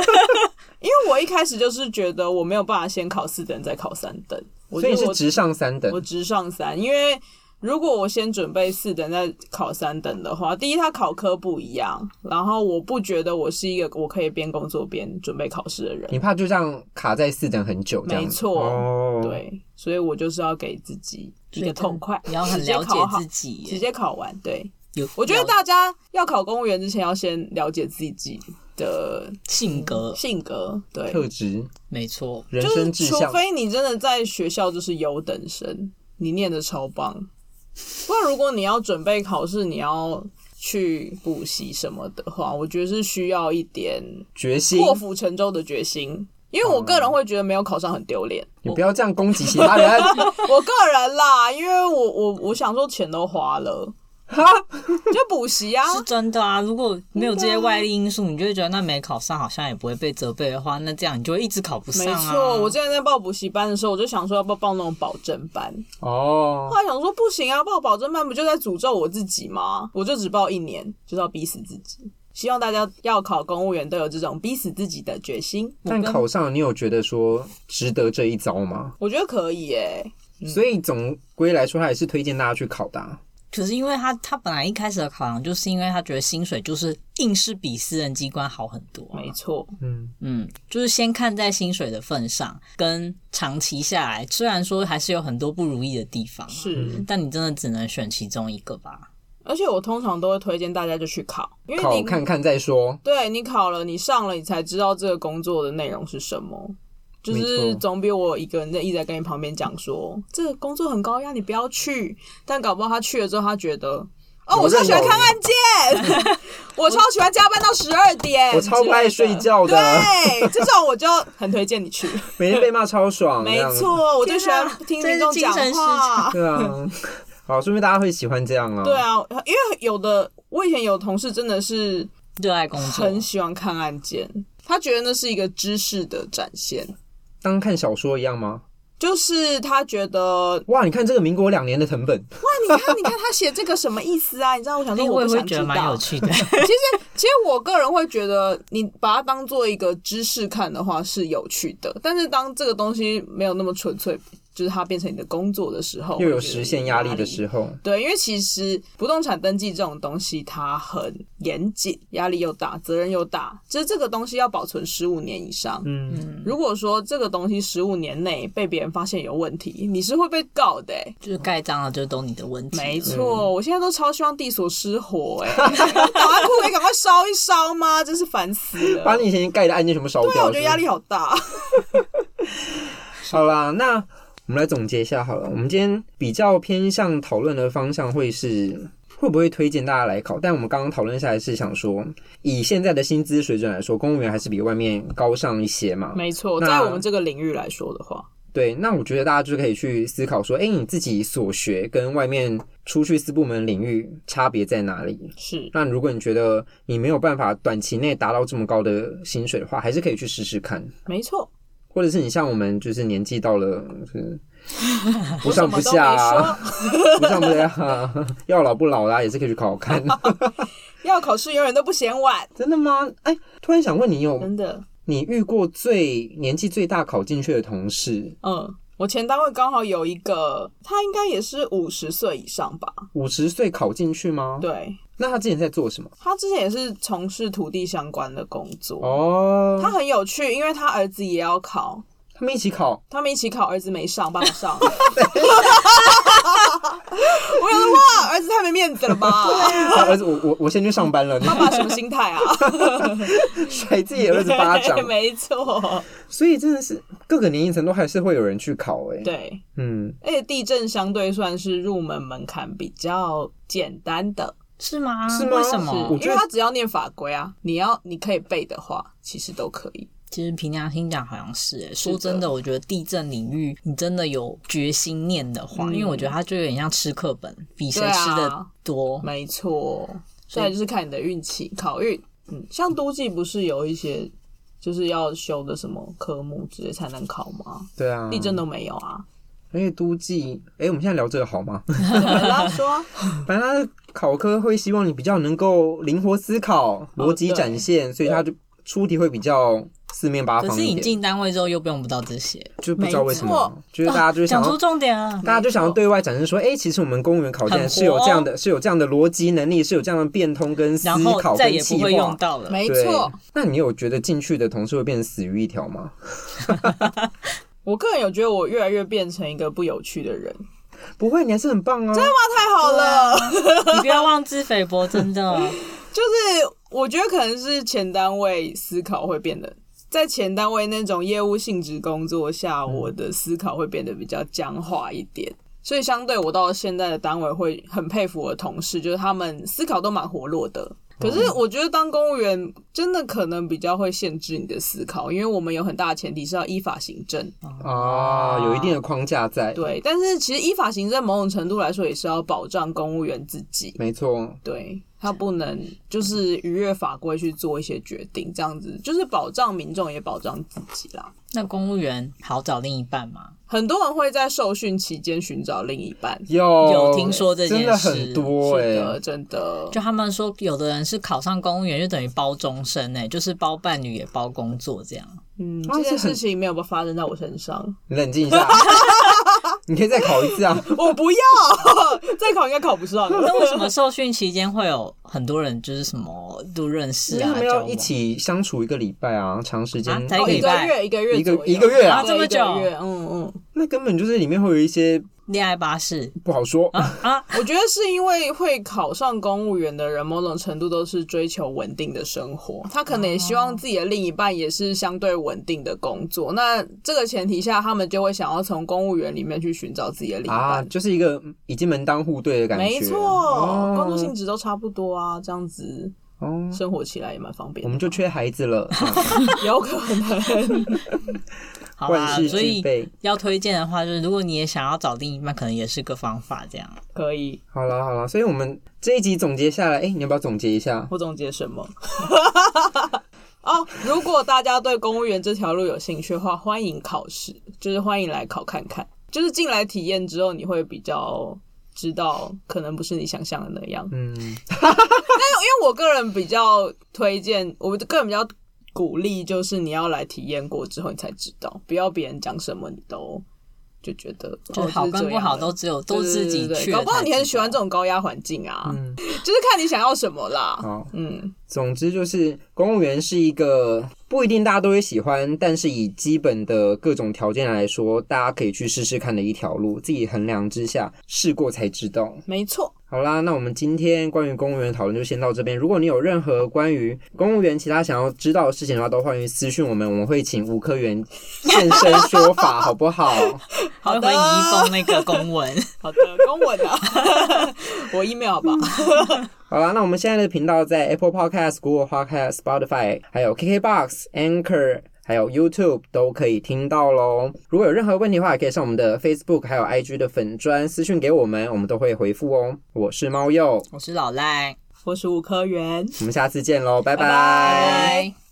[SPEAKER 3] 因为我一开始就是觉得我没有办法先考四等再考三等，我
[SPEAKER 1] 所以你
[SPEAKER 3] 觉得
[SPEAKER 1] 是
[SPEAKER 3] 我
[SPEAKER 1] 直上三等
[SPEAKER 3] 我，直上三，因为如果我先准备四等再考三等的话，第一它考科不一样，然后我不觉得我是一个我可以边工作边准备考试的人，
[SPEAKER 1] 你怕就这样卡在四等很久这样子？
[SPEAKER 3] 没错
[SPEAKER 1] 哦，，
[SPEAKER 3] 对，所以我就是要给自己一个痛快，
[SPEAKER 2] 你要很了
[SPEAKER 3] 直接
[SPEAKER 2] 解
[SPEAKER 3] 考好
[SPEAKER 2] 自己耶。
[SPEAKER 3] 直接考完。对，
[SPEAKER 2] 有，
[SPEAKER 3] 我觉得
[SPEAKER 2] 有
[SPEAKER 3] 大家要考公务员之前要先了解自己的
[SPEAKER 2] 性格
[SPEAKER 3] 性格，对，
[SPEAKER 1] 特质、
[SPEAKER 2] 没错，
[SPEAKER 1] 人
[SPEAKER 3] 就
[SPEAKER 1] 生
[SPEAKER 3] 是
[SPEAKER 1] 志
[SPEAKER 3] 除
[SPEAKER 1] 向，
[SPEAKER 3] 非你真的在学校就是优等生，你念的超棒。不然如果你要准备考试，你要去补习什么的话，我觉得是需要一点
[SPEAKER 1] 决心。
[SPEAKER 3] 破釜沉舟的决心。因为我个人会觉得没有考上很丢脸，
[SPEAKER 1] 你不要这样攻击其他人。
[SPEAKER 3] 我个人啦，因为我我我想说钱都花了，
[SPEAKER 1] 哈，
[SPEAKER 3] 就补习啊，
[SPEAKER 2] 是真的啊。如果没有这些外力因素，你就会觉得那没考上好像也不会被责备的话，那这样你就会一直考不上
[SPEAKER 3] 没
[SPEAKER 2] 啊。
[SPEAKER 3] 错。我之前在报补习班的时候，我就想说要不要报那种保证班，
[SPEAKER 1] 哦
[SPEAKER 3] 后，来想说不行啊，报保证班不就在诅咒我自己吗？我就只报一年，就是要逼死自己。希望大家要考公务员都有这种逼死自己的决心。
[SPEAKER 1] 但考上了，你有觉得说值得这一遭吗？
[SPEAKER 3] 我觉得可以诶、
[SPEAKER 1] 所以总归来说，他也是推荐大家去考的啊、
[SPEAKER 2] 可是因为他他本来一开始的考量，就是因为他觉得薪水就是硬是比私人机关好很多啊、
[SPEAKER 3] 没错，
[SPEAKER 1] 嗯，
[SPEAKER 2] 嗯，就是先看在薪水的份上，跟长期下来，虽然说还是有很多不如意的地方啊，
[SPEAKER 3] 是。
[SPEAKER 1] 嗯
[SPEAKER 2] 但你真的只能选其中一个吧？
[SPEAKER 3] 而且我通常都会推荐大家就去考，因为
[SPEAKER 1] 考
[SPEAKER 3] 你
[SPEAKER 1] 看看再说。
[SPEAKER 3] 对你考了，你上了，你才知道这个工作的内容是什么。就
[SPEAKER 1] 没
[SPEAKER 3] 是
[SPEAKER 1] 错
[SPEAKER 3] 总比我一个人在一直在跟你旁边讲说这个工作很高压，你不要去。但搞不好他去了之后，他觉得哦，
[SPEAKER 1] 游刃
[SPEAKER 3] 我超喜欢
[SPEAKER 1] 有余
[SPEAKER 3] 看案 件，我超喜欢加班到十二点，
[SPEAKER 1] 我超不爱睡。觉的，
[SPEAKER 3] 对，这种我就很推荐 你去。
[SPEAKER 1] 每天被骂超爽。
[SPEAKER 3] 没
[SPEAKER 1] 这样，
[SPEAKER 3] 错，我就喜欢
[SPEAKER 2] 天啊
[SPEAKER 3] 听
[SPEAKER 2] 这是
[SPEAKER 3] 民众
[SPEAKER 2] 精
[SPEAKER 3] 讲
[SPEAKER 2] 神失
[SPEAKER 3] 话
[SPEAKER 2] 常。
[SPEAKER 1] 对啊。好，说明大家会喜欢这样啊。
[SPEAKER 3] 对，啊，因为有的我以前有同事真的是
[SPEAKER 2] 热爱工作，
[SPEAKER 3] 很喜欢看案件，他觉得那是一个知识的展现。
[SPEAKER 1] 当看小说一样吗？
[SPEAKER 3] 就是他觉得，
[SPEAKER 1] 哇，你看这个民国两年的藤本，
[SPEAKER 3] 那你看，你看他写这个什么意思啊？你知道，我想
[SPEAKER 2] 哎
[SPEAKER 3] 说，
[SPEAKER 2] 我也
[SPEAKER 3] 不
[SPEAKER 2] 会
[SPEAKER 3] 想
[SPEAKER 2] 觉
[SPEAKER 3] 知
[SPEAKER 2] 得蛮
[SPEAKER 3] 道
[SPEAKER 2] 有。趣的。
[SPEAKER 3] 其实我个人会觉得，你把它当做一个知识看的话是有趣的，但是当这个东西没有那么纯粹就是它变成你的工作的时候，
[SPEAKER 1] 又有
[SPEAKER 3] 我觉得
[SPEAKER 1] 实现压力的
[SPEAKER 3] 候。
[SPEAKER 1] 时候，
[SPEAKER 3] 对，因为其实不动产登记这种东西，它很严谨，压力又大，责任又大，就是这个东西要保存十五年以上。
[SPEAKER 1] 嗯，
[SPEAKER 2] 嗯，
[SPEAKER 3] 如果说这个东西十五年内被别人发现有问题，你是会被告的、欸。
[SPEAKER 2] 就是盖章了，就都你的问题了。
[SPEAKER 1] 嗯
[SPEAKER 3] 没错，我现在都超希望地所失火、欸，哎， 档案库可以赶快烧一烧吗？真是烦死了。
[SPEAKER 1] 把你以前盖的案件全部烧掉，
[SPEAKER 3] 对啊，我觉得
[SPEAKER 1] 是不是
[SPEAKER 3] 压力好大。
[SPEAKER 1] 好啦，那我们来总结一下好了。我们今天比较偏向讨论的方向会是会不会推荐大家来考，但我们刚刚讨论下来是想说，以现在的薪资水准来说，公务员还是比外面高上一些嘛。
[SPEAKER 3] 没错，
[SPEAKER 1] 那
[SPEAKER 3] 在我们这个领域来说的话，
[SPEAKER 1] 对，那我觉得大家就可以去思考说，哎、你自己所学跟外面出去四部门领域差别在哪里？
[SPEAKER 3] 是
[SPEAKER 1] 那如果你觉得你没有办法短期内达到这么高的薪水的话，还是可以去试试看。
[SPEAKER 3] 没错。
[SPEAKER 1] 或者是你像我们，就是年纪到了，就是 不
[SPEAKER 3] 我
[SPEAKER 1] 上
[SPEAKER 3] 什
[SPEAKER 1] 不
[SPEAKER 3] 么都
[SPEAKER 1] 下、
[SPEAKER 3] 没
[SPEAKER 1] 啊，
[SPEAKER 3] 说，
[SPEAKER 1] 不上不下、啊，要老不老啦、也是可以去考考 看。
[SPEAKER 3] 要考试永远都不嫌晚，
[SPEAKER 1] 真的吗？哎、突然想问你有，
[SPEAKER 3] 真的。
[SPEAKER 1] 你遇过最年纪最大考进去的同事，
[SPEAKER 3] 嗯，我前单位刚好有一个，他应该也是五十岁以上吧？
[SPEAKER 1] 五十岁考进去吗？
[SPEAKER 3] 对，
[SPEAKER 1] 那他之前在做什么？
[SPEAKER 3] 他之前也是从事土地相关的工作。
[SPEAKER 1] 哦，
[SPEAKER 3] 他很有趣，因为他儿子也要考，
[SPEAKER 1] 他们一起考，
[SPEAKER 3] 他们一起考，儿子没上，爸爸 上。我想说，哇，儿子太没面子 了吧？
[SPEAKER 1] 他儿子，我我我先去上班了，你
[SPEAKER 3] 爸爸什么心态啊？
[SPEAKER 1] 甩自己儿子巴掌
[SPEAKER 3] 对， 没错，
[SPEAKER 1] 所以真的是各个年龄层都还是会有人去考、哎，，
[SPEAKER 3] 对。
[SPEAKER 1] 嗯，
[SPEAKER 3] 而且地震相对算是入门门槛比较简单的，
[SPEAKER 2] 是吗？
[SPEAKER 1] 是吗
[SPEAKER 2] 为什
[SPEAKER 1] 是
[SPEAKER 2] 么？
[SPEAKER 1] 我
[SPEAKER 3] 啊因
[SPEAKER 1] 觉得
[SPEAKER 3] 为他只要念法规啊，你要你可以背的话，其实都可以。
[SPEAKER 2] 其实凭良心讲，好像是、欸。
[SPEAKER 3] 的
[SPEAKER 2] 说真的，我觉得地震领域，你真的有决心念的话，
[SPEAKER 3] 嗯
[SPEAKER 2] 因为我觉得它就有点像吃课本，比谁
[SPEAKER 3] 对啊
[SPEAKER 2] 吃的多。
[SPEAKER 3] 没错，
[SPEAKER 2] 所以
[SPEAKER 3] 再来就是看你的运气、考运。嗯，像都记不是有一些就是要修的什么科目之类才能考吗？
[SPEAKER 1] 对啊，
[SPEAKER 3] 地震都没有啊，
[SPEAKER 1] 而且都记，哎、我们现在聊这个好吗？
[SPEAKER 3] 怎么啦？说啊
[SPEAKER 1] 反正他的考科会希望你比较能够灵活思考、逻辑展现，所以他就出题会比较四面八
[SPEAKER 2] 可
[SPEAKER 1] 方
[SPEAKER 2] 是
[SPEAKER 1] 一
[SPEAKER 2] 你
[SPEAKER 1] 点，
[SPEAKER 2] 进单位之后又用不到这些，
[SPEAKER 1] 就不知道为什
[SPEAKER 3] 没
[SPEAKER 1] 么
[SPEAKER 3] 错，
[SPEAKER 1] 就是大家就是想
[SPEAKER 2] 讲出
[SPEAKER 1] 要。
[SPEAKER 2] 重点啊！
[SPEAKER 1] 大家就想要对外展示说，哎、其实我们公务员考
[SPEAKER 2] 很
[SPEAKER 1] 卷
[SPEAKER 2] 活
[SPEAKER 1] 是有这样的，是有这样的逻辑能力，是有这样的变通跟思
[SPEAKER 2] 然后
[SPEAKER 1] 考
[SPEAKER 2] 再
[SPEAKER 1] 跟
[SPEAKER 2] 也不
[SPEAKER 1] 计
[SPEAKER 2] 会用
[SPEAKER 1] 划。
[SPEAKER 2] 到了。
[SPEAKER 3] 没
[SPEAKER 1] 对
[SPEAKER 3] 错，，
[SPEAKER 1] 那你有觉得进去的同事会变成死鱼一条吗？
[SPEAKER 3] 我个人有觉得我越来越变成一个不有趣的人，
[SPEAKER 1] 不会，你还是很棒啊！
[SPEAKER 3] 太
[SPEAKER 1] 啊
[SPEAKER 3] 好了。
[SPEAKER 2] 你不要妄自菲薄，真的。
[SPEAKER 3] 就是我觉得可能是前单位思考会变得，在前单位那种业务性质工作下，我的思考会变得比较僵化一点。所以相对我到现在的单位，会很佩服我的同事，就是他们思考都蛮活络的。可是我觉得当公务员真的可能比较会限制你的思考，因为我们有很大的前提是要依法行政。
[SPEAKER 1] 啊，有一定的框架在，
[SPEAKER 3] 对，但是其实依法行政某种程度来说也是要保障公务员自己。
[SPEAKER 1] 没错，
[SPEAKER 3] 对他不能就是逾越法规去做一些决定，这样子就是保障民众也保障自己啦。
[SPEAKER 2] 那公务员好找另一半吗？
[SPEAKER 3] 很多人会在受训期间寻找另一半，
[SPEAKER 1] 有
[SPEAKER 2] 有听说这件
[SPEAKER 1] 真的
[SPEAKER 2] 事
[SPEAKER 1] 很多哎、
[SPEAKER 3] 是的，真的
[SPEAKER 2] 就他们说，有的人是考上公务员就等于包终身呢、就是包伴侣也包工作这样。
[SPEAKER 3] 嗯，
[SPEAKER 1] 啊
[SPEAKER 3] 这件
[SPEAKER 1] 这很
[SPEAKER 3] 事情没有发生在我身上，
[SPEAKER 1] 你冷静一 下，你可以再考一次啊。
[SPEAKER 3] 我不要 再考应该考不上。
[SPEAKER 2] 那为什么受训期间会有很多人就是什么都认识
[SPEAKER 1] 因为
[SPEAKER 2] 啊？
[SPEAKER 1] 我们
[SPEAKER 2] 交
[SPEAKER 1] 要
[SPEAKER 2] 往
[SPEAKER 1] 一起相处一个礼拜啊，长时间、
[SPEAKER 2] 啊才
[SPEAKER 3] 哦，
[SPEAKER 2] 一
[SPEAKER 3] 一
[SPEAKER 2] 个
[SPEAKER 3] 个
[SPEAKER 2] 礼拜
[SPEAKER 3] 月一个月
[SPEAKER 1] 一个
[SPEAKER 3] 左右
[SPEAKER 1] 一个月
[SPEAKER 2] 啊
[SPEAKER 3] 对
[SPEAKER 2] 这么
[SPEAKER 3] 一个
[SPEAKER 2] 久
[SPEAKER 3] 月嗯嗯，
[SPEAKER 1] 那根本就是里面会有一些
[SPEAKER 2] 恋爱巴士
[SPEAKER 1] 不好说，
[SPEAKER 2] 啊，
[SPEAKER 3] 我觉得是因为会考上公务员的人，某种程度都是追求稳定的生活，他可能也希望自己的另一半也是相对稳定的工作。那这个前提下，他们就会想要从公务员里面去寻找自己的另一
[SPEAKER 1] 啊，
[SPEAKER 3] 半。
[SPEAKER 1] 就是一个已经门当户对的感觉。
[SPEAKER 3] 没错，
[SPEAKER 1] 哦
[SPEAKER 3] 工作性质都差不多啊，这样子
[SPEAKER 1] 哦，
[SPEAKER 3] 生活起来也蛮方便的。
[SPEAKER 1] 我们就缺孩子 了，啊
[SPEAKER 3] 有可能
[SPEAKER 2] 好
[SPEAKER 1] 万
[SPEAKER 2] 啦，
[SPEAKER 1] 事
[SPEAKER 2] 所
[SPEAKER 1] 俱
[SPEAKER 2] 以
[SPEAKER 1] 备。
[SPEAKER 2] 要推荐的话，就是如果你也想要找另一半，可能也是个方法。这样，
[SPEAKER 3] 可以。
[SPEAKER 1] 好了好了，所以我们这一集总结下来，哎、你要不要总结一下？
[SPEAKER 3] 我总结什么？哦，如果大家对公务员这条路有兴趣的话，欢迎考试，就是欢迎来考看看。就是进来体验之后，你会比较知道，可能不是你想象的那样。因
[SPEAKER 1] 嗯，
[SPEAKER 3] 为我个人比较推荐，我个人比较鼓励，就是你要来体验过之后，你才知道，不要别人讲什么你都就觉得哦
[SPEAKER 2] 就好跟不好都只有都自己去了才知道。
[SPEAKER 3] 搞不好你很喜欢这种高压环境啊，
[SPEAKER 1] 嗯
[SPEAKER 3] 就是看你想要什么
[SPEAKER 2] 啊
[SPEAKER 3] 啦。
[SPEAKER 1] 好，
[SPEAKER 3] 嗯，
[SPEAKER 1] 总之就是公务员是一个不一定大家都会喜欢，但是以基本的各种条件来说，大家可以去试试看的一条路，自己衡量之下试过才知道。
[SPEAKER 3] 没错，
[SPEAKER 1] 好啦，那我们今天关于公务员的讨论就先到这边。如果你有任何关于公务员其他想要知道的事情的话，都欢迎私讯我们，我们会请吴科员现身说法，好不好？
[SPEAKER 2] 还会
[SPEAKER 3] 的
[SPEAKER 2] 回你一封那个公文。
[SPEAKER 3] 好的，跟我的， 我 email 好吧。
[SPEAKER 1] 好啦，那我们现在的频道在 Apple Podcast、Google Podcast、Spotify、还有 KKBox、Anchor。还有 YouTube 都可以听到喽。如果有任何问题的话，也可以上我们的 Facebook 还有 IG 的粉砖私讯给我们，我们都会回复哦。我是猫鼬，
[SPEAKER 2] 我是老赖，
[SPEAKER 3] 我是五科员。
[SPEAKER 1] 我们下次见喽，拜
[SPEAKER 3] 拜拜
[SPEAKER 2] 拜。